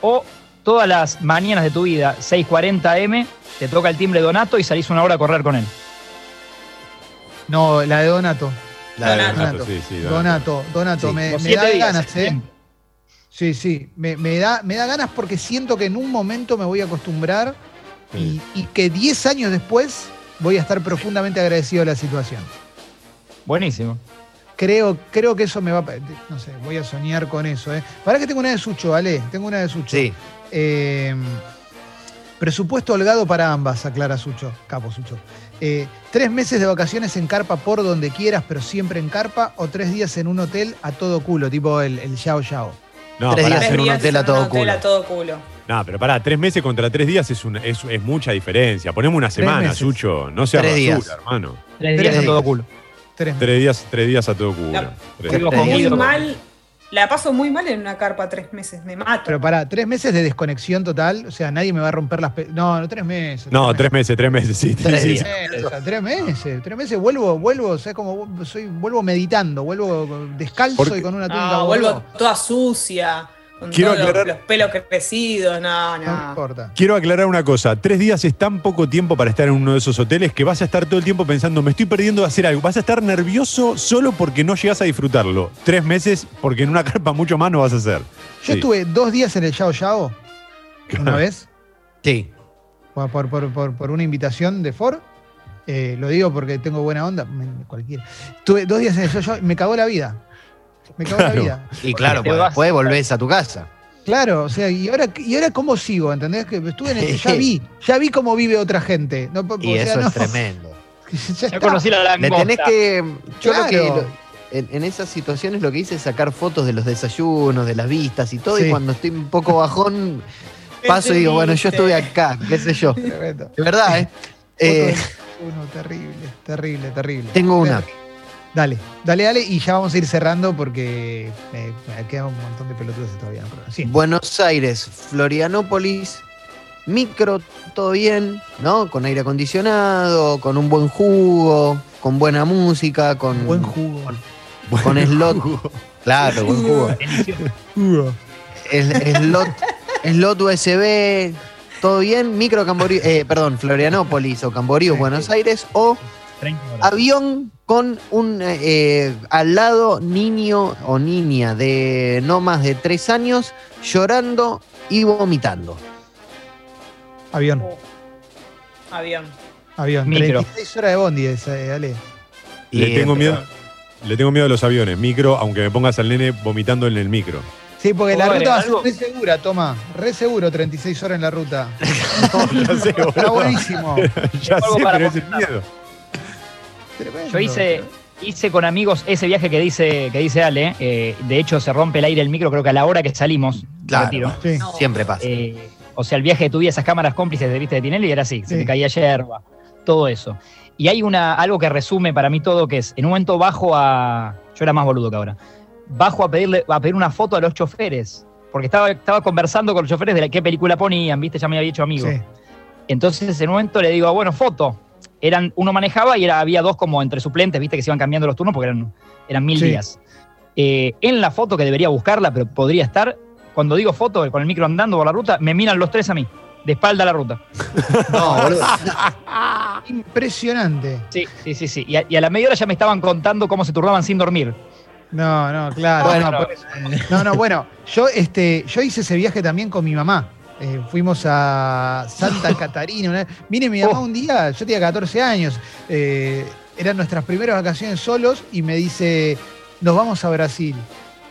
[SPEAKER 5] O todas las mañanas de tu vida, 6.40 M, te toca el timbre de Donato y salís una hora a correr con él.
[SPEAKER 2] No, la de Donato.
[SPEAKER 3] La-
[SPEAKER 4] Donato.
[SPEAKER 1] sí, sí,
[SPEAKER 2] Donato, Donato,
[SPEAKER 3] Sí,
[SPEAKER 2] me,
[SPEAKER 5] Los
[SPEAKER 2] me
[SPEAKER 5] siete
[SPEAKER 2] da
[SPEAKER 5] días,
[SPEAKER 2] ganas, ¿eh?
[SPEAKER 5] siempre.
[SPEAKER 2] Sí, sí, me, me da, me da ganas porque siento que en un momento me voy a acostumbrar y, y que 10 años después voy a estar profundamente agradecido a la situación.
[SPEAKER 5] Buenísimo.
[SPEAKER 2] Creo, creo que eso me va a... No sé, voy a soñar con eso. ¿eh? Para que tengo una de Sucho, Ale, tengo una de Sucho.
[SPEAKER 3] Sí.
[SPEAKER 2] Eh, presupuesto holgado para ambas, aclara Sucho, capo Sucho. Eh, tres meses de vacaciones en carpa por donde quieras, pero siempre en carpa, o tres días en un hotel a todo culo, tipo el, el Yao Yao.
[SPEAKER 1] No,
[SPEAKER 3] Tres
[SPEAKER 1] pará,
[SPEAKER 3] días
[SPEAKER 1] pero-
[SPEAKER 3] en un hotel a
[SPEAKER 4] en
[SPEAKER 3] todo
[SPEAKER 4] un hotel
[SPEAKER 3] culo.
[SPEAKER 4] a todo culo.
[SPEAKER 1] no, pero pará, tres meses contra tres días es, una- es, es mucha diferencia. Ponemos una
[SPEAKER 2] Tres
[SPEAKER 1] semana,
[SPEAKER 2] meses.
[SPEAKER 1] Sucho. No seas
[SPEAKER 3] Tres
[SPEAKER 1] basura,
[SPEAKER 3] días.
[SPEAKER 1] hermano.
[SPEAKER 5] Tres
[SPEAKER 2] Tres
[SPEAKER 5] días a todo
[SPEAKER 3] días.
[SPEAKER 5] culo.
[SPEAKER 2] Tres meses.
[SPEAKER 1] Tres días, tres días a todo culo.
[SPEAKER 4] La-
[SPEAKER 1] Tres-
[SPEAKER 5] Tengo
[SPEAKER 3] Tres
[SPEAKER 4] Muy
[SPEAKER 3] días.
[SPEAKER 5] comido.
[SPEAKER 4] mal. La paso muy mal en una carpa tres meses. Me mato.
[SPEAKER 2] Pero para tres meses de desconexión total, o sea, nadie me va a romper las... pe- No, no, tres meses.
[SPEAKER 1] No, tres meses, tres meses, sí.
[SPEAKER 3] Tres
[SPEAKER 1] sí,
[SPEAKER 3] días.
[SPEAKER 1] sí.
[SPEAKER 2] Eh, o sea, tres meses, tres meses vuelvo, vuelvo, ¿sabes cómo soy? Vuelvo meditando, vuelvo descalzo
[SPEAKER 1] Porque-
[SPEAKER 2] y con
[SPEAKER 3] Ah,
[SPEAKER 2] una túnica. bordó.
[SPEAKER 4] No, vuelvo toda sucia. Con
[SPEAKER 1] Quiero
[SPEAKER 4] todos los-
[SPEAKER 1] aclarar-
[SPEAKER 4] los pelos crecidos. No,
[SPEAKER 2] No me
[SPEAKER 3] Ah,
[SPEAKER 4] no.
[SPEAKER 2] importa.
[SPEAKER 1] Quiero aclarar una cosa, tres días es tan poco tiempo para estar en uno de esos hoteles que vas a estar todo el tiempo pensando, me estoy perdiendo de hacer algo, vas a estar nervioso solo porque no llegas a disfrutarlo. Tres meses porque en una carpa mucho más no vas a hacer. Sí.
[SPEAKER 2] Yo estuve dos días en el Yao Yao una vez
[SPEAKER 3] Sí.
[SPEAKER 2] por, por- por- por- por una invitación de Ford. Eh, lo digo porque tengo buena onda, me- cualquiera. Estuve dos días en el Yao Yao y me cagó la vida. Me cagó
[SPEAKER 1] Claro.
[SPEAKER 2] la vida.
[SPEAKER 3] Y claro,
[SPEAKER 5] Te
[SPEAKER 3] pues,
[SPEAKER 5] vas.
[SPEAKER 3] después volvés a tu casa.
[SPEAKER 2] Claro, o sea, y ahora, y ahora cómo sigo, ¿entendés? Que estuve en el, ya vi, ya vi cómo vive otra gente. No, po-
[SPEAKER 3] Y
[SPEAKER 2] o sea,
[SPEAKER 3] eso
[SPEAKER 2] no,
[SPEAKER 3] es tremendo.
[SPEAKER 2] ya
[SPEAKER 5] Ya
[SPEAKER 2] está.
[SPEAKER 5] conocí la
[SPEAKER 3] Le
[SPEAKER 5] langosta.
[SPEAKER 3] tenés que. Yo lo que.
[SPEAKER 2] Claro.
[SPEAKER 3] lo- en, en esas situaciones lo que hice es sacar fotos de los desayunos, de las vistas y todo.
[SPEAKER 2] Sí.
[SPEAKER 3] Y cuando estoy un poco bajón, paso y digo, bueno, yo estuve acá, qué sé yo. De
[SPEAKER 2] Tremendo.
[SPEAKER 3] verdad, ¿eh? Eh,
[SPEAKER 2] Uno, terrible, terrible, terrible.
[SPEAKER 3] Tengo una.
[SPEAKER 2] Dale, dale, dale, y ya vamos a ir cerrando porque eh, me queda un montón de pelotudas todavía. no, pero sí.
[SPEAKER 3] Buenos Aires, Florianópolis, micro, todo bien, ¿no? Con aire acondicionado, con un buen jugo, con buena música, con.
[SPEAKER 2] Buen jugo.
[SPEAKER 3] Con slot. Claro, buen jugo. Es- slot, slot USB, todo bien, micro Camborí, eh, perdón, Florianópolis o Camboriú, Buenos Aires, o
[SPEAKER 5] 30 horas.
[SPEAKER 3] avión con un eh, al lado niño o niña de no más de tres años llorando y vomitando.
[SPEAKER 2] Avión,
[SPEAKER 4] Oh. Avión.
[SPEAKER 2] avión.
[SPEAKER 5] Micro.
[SPEAKER 2] 36 horas de bondi, esa, eh, dale.
[SPEAKER 1] Le
[SPEAKER 3] Y,
[SPEAKER 1] tengo
[SPEAKER 3] eh,
[SPEAKER 1] miedo. Le tengo miedo a los aviones, micro, aunque me pongas al nene vomitando en el micro.
[SPEAKER 2] Sí, porque la
[SPEAKER 5] Pobre,
[SPEAKER 2] ruta va a ser
[SPEAKER 5] algo-
[SPEAKER 2] re segura, toma. Re seguro 36 horas en la ruta.
[SPEAKER 1] ya sé,
[SPEAKER 2] Está
[SPEAKER 1] boludo.
[SPEAKER 2] buenísimo.
[SPEAKER 1] Ya
[SPEAKER 5] Algo
[SPEAKER 1] sé,
[SPEAKER 5] para
[SPEAKER 1] pero es el
[SPEAKER 5] vomitar.
[SPEAKER 1] miedo.
[SPEAKER 2] Tremendo.
[SPEAKER 5] Yo hice, hice con amigos ese viaje que dice, que dice Ale. eh, de hecho, se rompe el aire el micro, creo que a la hora que salimos. del
[SPEAKER 3] Claro.
[SPEAKER 5] retiro.
[SPEAKER 2] Sí.
[SPEAKER 4] No.
[SPEAKER 3] Siempre pasa.
[SPEAKER 5] Eh, o sea, el viaje que tuve a esas cámaras cómplices de viste de Tinelli era así, se
[SPEAKER 2] Sí.
[SPEAKER 5] te caía yerba, todo eso. Y hay una, algo que resume para mí todo, que es, en un momento bajo a. Yo era más boludo que ahora. Bajo a pedirle, a pedir una foto a los choferes. Porque estaba, estaba conversando con los choferes de la, qué película ponían, viste, ya me había hecho amigo.
[SPEAKER 2] Sí.
[SPEAKER 5] Entonces, en un momento le digo, "Ah, bueno, foto. Eran, uno manejaba y era, había dos como entre suplentes, viste, que se iban cambiando los turnos porque eran, eran mil
[SPEAKER 2] Sí.
[SPEAKER 5] días. Eh, en la foto, que debería buscarla, pero podría estar, cuando digo foto, con el micro andando por la ruta, me miran los tres a mí, de espalda a la ruta.
[SPEAKER 3] No, boludo.
[SPEAKER 2] Impresionante.
[SPEAKER 5] Sí, sí, sí, sí. Y a, y a la media hora ya me estaban contando cómo se turnaban sin dormir.
[SPEAKER 2] No, no, claro.
[SPEAKER 5] Bueno,
[SPEAKER 2] no, por eso. no, no, bueno, yo, este, yo hice ese viaje también con mi mamá. Eh, fuimos a Santa Catarina. una- Mire, mi mamá
[SPEAKER 5] Oh.
[SPEAKER 2] un día, yo tenía 14 años, eh, eran nuestras primeras vacaciones solos y me dice, nos vamos a Brasil.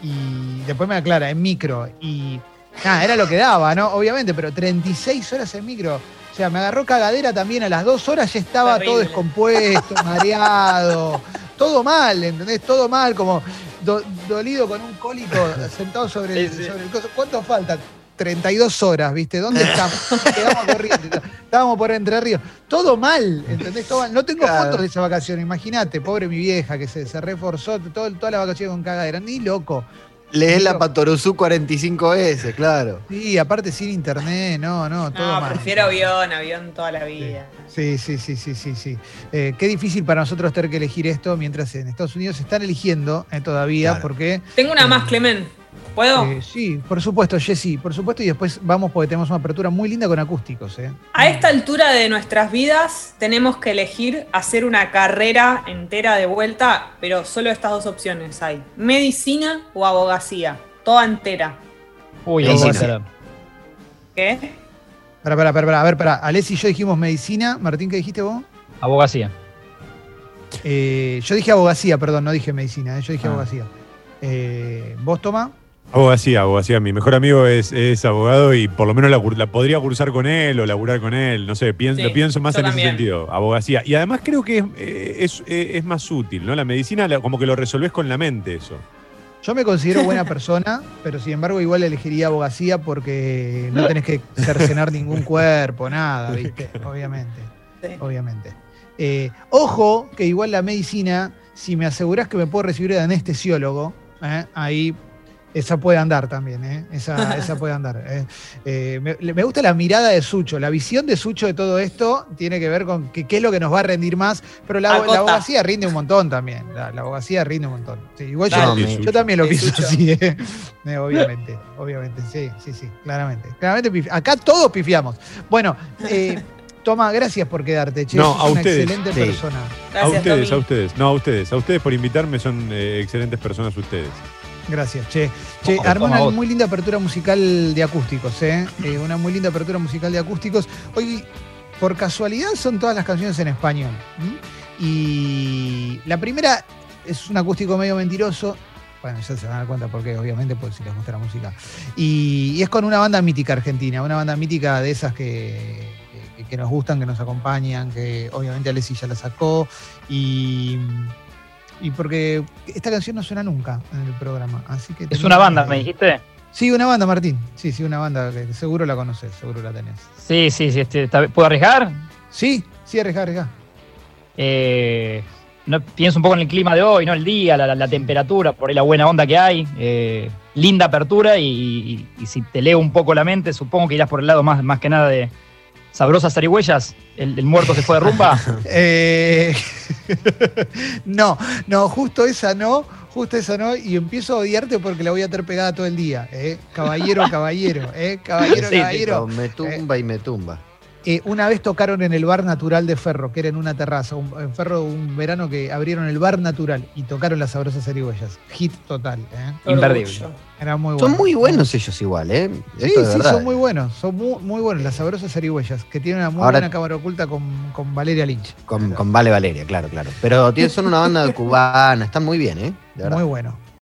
[SPEAKER 2] Y después me aclara, en micro. Y nada, era lo que daba, ¿no? Obviamente, pero 36 horas en micro. O sea, me agarró cagadera también a las dos horas, ya estaba todo
[SPEAKER 4] Terrible.
[SPEAKER 2] descompuesto, mareado, todo mal, ¿entendés? Todo mal, como do- dolido con un cólico sentado sobre el,
[SPEAKER 5] Sí, sí.
[SPEAKER 2] sobre el coso. ¿Cuánto falta? 32 horas, ¿viste? ¿Dónde estamos? Quedamos corriendo. Estábamos por Entre Ríos. Todo mal, ¿entendés? Todo mal. No tengo
[SPEAKER 3] Claro.
[SPEAKER 2] fotos de esa vacación, imagínate, pobre mi vieja que se, se reforzó todo, toda la vacación con cagadera. Ni loco.
[SPEAKER 3] Lees la Patoruzú 45 veces, claro.
[SPEAKER 2] Sí, aparte sin internet, no, no, todo
[SPEAKER 4] No,
[SPEAKER 2] mal.
[SPEAKER 4] prefiero avión, avión toda la vida.
[SPEAKER 2] Sí, sí, sí, sí, sí, sí. Eh, qué difícil para nosotros tener que elegir esto mientras en Estados Unidos están eligiendo eh, todavía,
[SPEAKER 3] Claro.
[SPEAKER 2] porque
[SPEAKER 4] Tengo una más, Clemen. ¿Puedo?
[SPEAKER 2] eh, sí, por supuesto, Jessy, por supuesto, y después vamos porque tenemos una apertura muy linda con acústicos, ¿eh?
[SPEAKER 4] A esta altura de nuestras vidas tenemos que elegir hacer una carrera entera de vuelta, pero solo estas dos opciones hay. Medicina o abogacía, toda entera.
[SPEAKER 5] Uy,
[SPEAKER 3] Sí,
[SPEAKER 5] algo
[SPEAKER 3] sí,
[SPEAKER 5] va a
[SPEAKER 3] sí.
[SPEAKER 5] ser.
[SPEAKER 4] ¿Qué?
[SPEAKER 2] Pará, pará, pará, pará. A ver, pará. Alessi y yo dijimos medicina. Martín, ¿qué dijiste vos?
[SPEAKER 5] Abogacía.
[SPEAKER 2] Eh, yo dije abogacía, perdón, no dije medicina, eh, yo dije
[SPEAKER 5] Ah.
[SPEAKER 2] abogacía. Eh, ¿Vos, Toma?
[SPEAKER 1] Abogacía, abogacía. Mi mejor amigo es, es abogado y por lo menos la, cur- la podría cursar con él o laburar con él. No sé, pien-
[SPEAKER 4] Sí,
[SPEAKER 1] lo pienso más
[SPEAKER 4] yo
[SPEAKER 1] en ese
[SPEAKER 4] también.
[SPEAKER 1] sentido. Abogacía. Y además creo que es, eh, es- eh, es más útil, ¿no? La medicina la- como que lo resolvés con la mente eso.
[SPEAKER 2] Yo me considero buena persona, pero sin embargo igual elegiría abogacía porque no tenés que cercenar ningún cuerpo, nada, ¿viste? Obviamente,
[SPEAKER 4] Sí.
[SPEAKER 2] obviamente. Eh, ojo que igual la medicina, si me asegurás que me puedo recibir de anestesiólogo, ¿eh? ahí esa puede andar también, ¿eh? esa, esa puede andar. ¿eh? Eh, me, le- me gusta la mirada de Sucho, la visión de Sucho de todo esto tiene que ver con que- qué es lo que nos va a rendir más, pero la,
[SPEAKER 4] Acosta.
[SPEAKER 2] la abogacía rinde un montón también, la, la abogacía rinde un montón. Sí, igual yo-
[SPEAKER 3] Dale,
[SPEAKER 1] Sucho.
[SPEAKER 2] yo también lo
[SPEAKER 4] Sí,
[SPEAKER 2] pienso
[SPEAKER 4] Sucho.
[SPEAKER 2] así, ¿eh? Eh, obviamente, obviamente, sí, sí, sí, claramente. Claramente pifi- acá todos pifiamos. Bueno, eh, Toma, gracias por quedarte, che.
[SPEAKER 1] No,
[SPEAKER 2] sos
[SPEAKER 1] a
[SPEAKER 2] una
[SPEAKER 1] ustedes.
[SPEAKER 2] excelente
[SPEAKER 3] Sí.
[SPEAKER 2] persona.
[SPEAKER 1] a
[SPEAKER 4] Gracias,
[SPEAKER 1] ustedes, a
[SPEAKER 4] Tommy.
[SPEAKER 1] ustedes. No, a ustedes. A ustedes por invitarme. Son eh, excelentes personas ustedes.
[SPEAKER 2] Gracias, che. Che,
[SPEAKER 5] Toma,
[SPEAKER 2] armó
[SPEAKER 5] toma
[SPEAKER 2] una
[SPEAKER 5] vos.
[SPEAKER 2] muy linda apertura musical de acústicos, ¿eh? Eh, Una muy linda apertura musical de acústicos. Hoy, por casualidad, son todas las canciones en español. ¿m? Y la primera es un acústico medio mentiroso. Bueno, ya se van a dar cuenta por qué, obviamente, porque si les gusta la música. Y, y es con una banda mítica argentina, una banda mítica de esas que, que- que nos gustan, que nos acompañan, que obviamente Alessi ya la sacó. Y, y porque esta canción no suena nunca en el programa. Así que
[SPEAKER 5] ¿Es una banda, me dijiste?
[SPEAKER 2] Sí, una banda, Martín. Sí, sí, una banda que seguro la conoces, seguro la tenés.
[SPEAKER 5] Sí, sí, sí. este, está- ¿Puedo arriesgar?
[SPEAKER 2] Sí, sí, arriesgá, arriesgá.
[SPEAKER 5] Eh, no, pienso un poco en el clima de hoy, ¿no? El día, la, la- la temperatura, por ahí la buena onda que hay. eh, linda apertura y, y- y si te leo un poco la mente, supongo que irás por el lado más, más que nada de sabrosas zarigüeyas. El, el muerto se fue de rumba.
[SPEAKER 2] Eh, no, no, justo esa no, justo esa no, y empiezo a odiarte porque la voy a tener pegada todo el día, ¿eh? Caballero, caballero, ¿eh? Caballero,
[SPEAKER 5] Sí, sí,
[SPEAKER 2] caballero.
[SPEAKER 3] Me tumba y me tumba.
[SPEAKER 2] Eh, una vez tocaron en el Bar Natural de Ferro, que era en una terraza, un- en Ferro un verano que abrieron el Bar Natural y tocaron las sabrosas zarigüeyas. Hit total, ¿eh?
[SPEAKER 5] Imperdible.
[SPEAKER 4] Orgullo.
[SPEAKER 2] Era muy bueno.
[SPEAKER 3] Son muy buenos ellos igual, ¿eh?
[SPEAKER 2] Sí,
[SPEAKER 3] Esto de
[SPEAKER 2] sí,
[SPEAKER 3] verdad.
[SPEAKER 2] son muy buenos, son muy, muy buenos, las sabrosas zarigüeyas, que tienen una muy
[SPEAKER 3] Ahora-
[SPEAKER 2] buena cámara oculta con, con Valeria Lynch.
[SPEAKER 3] Con, con Vale Valeria, claro, claro. Pero tío, son una banda cubana, están muy bien, ¿eh? De verdad.
[SPEAKER 2] Muy bueno,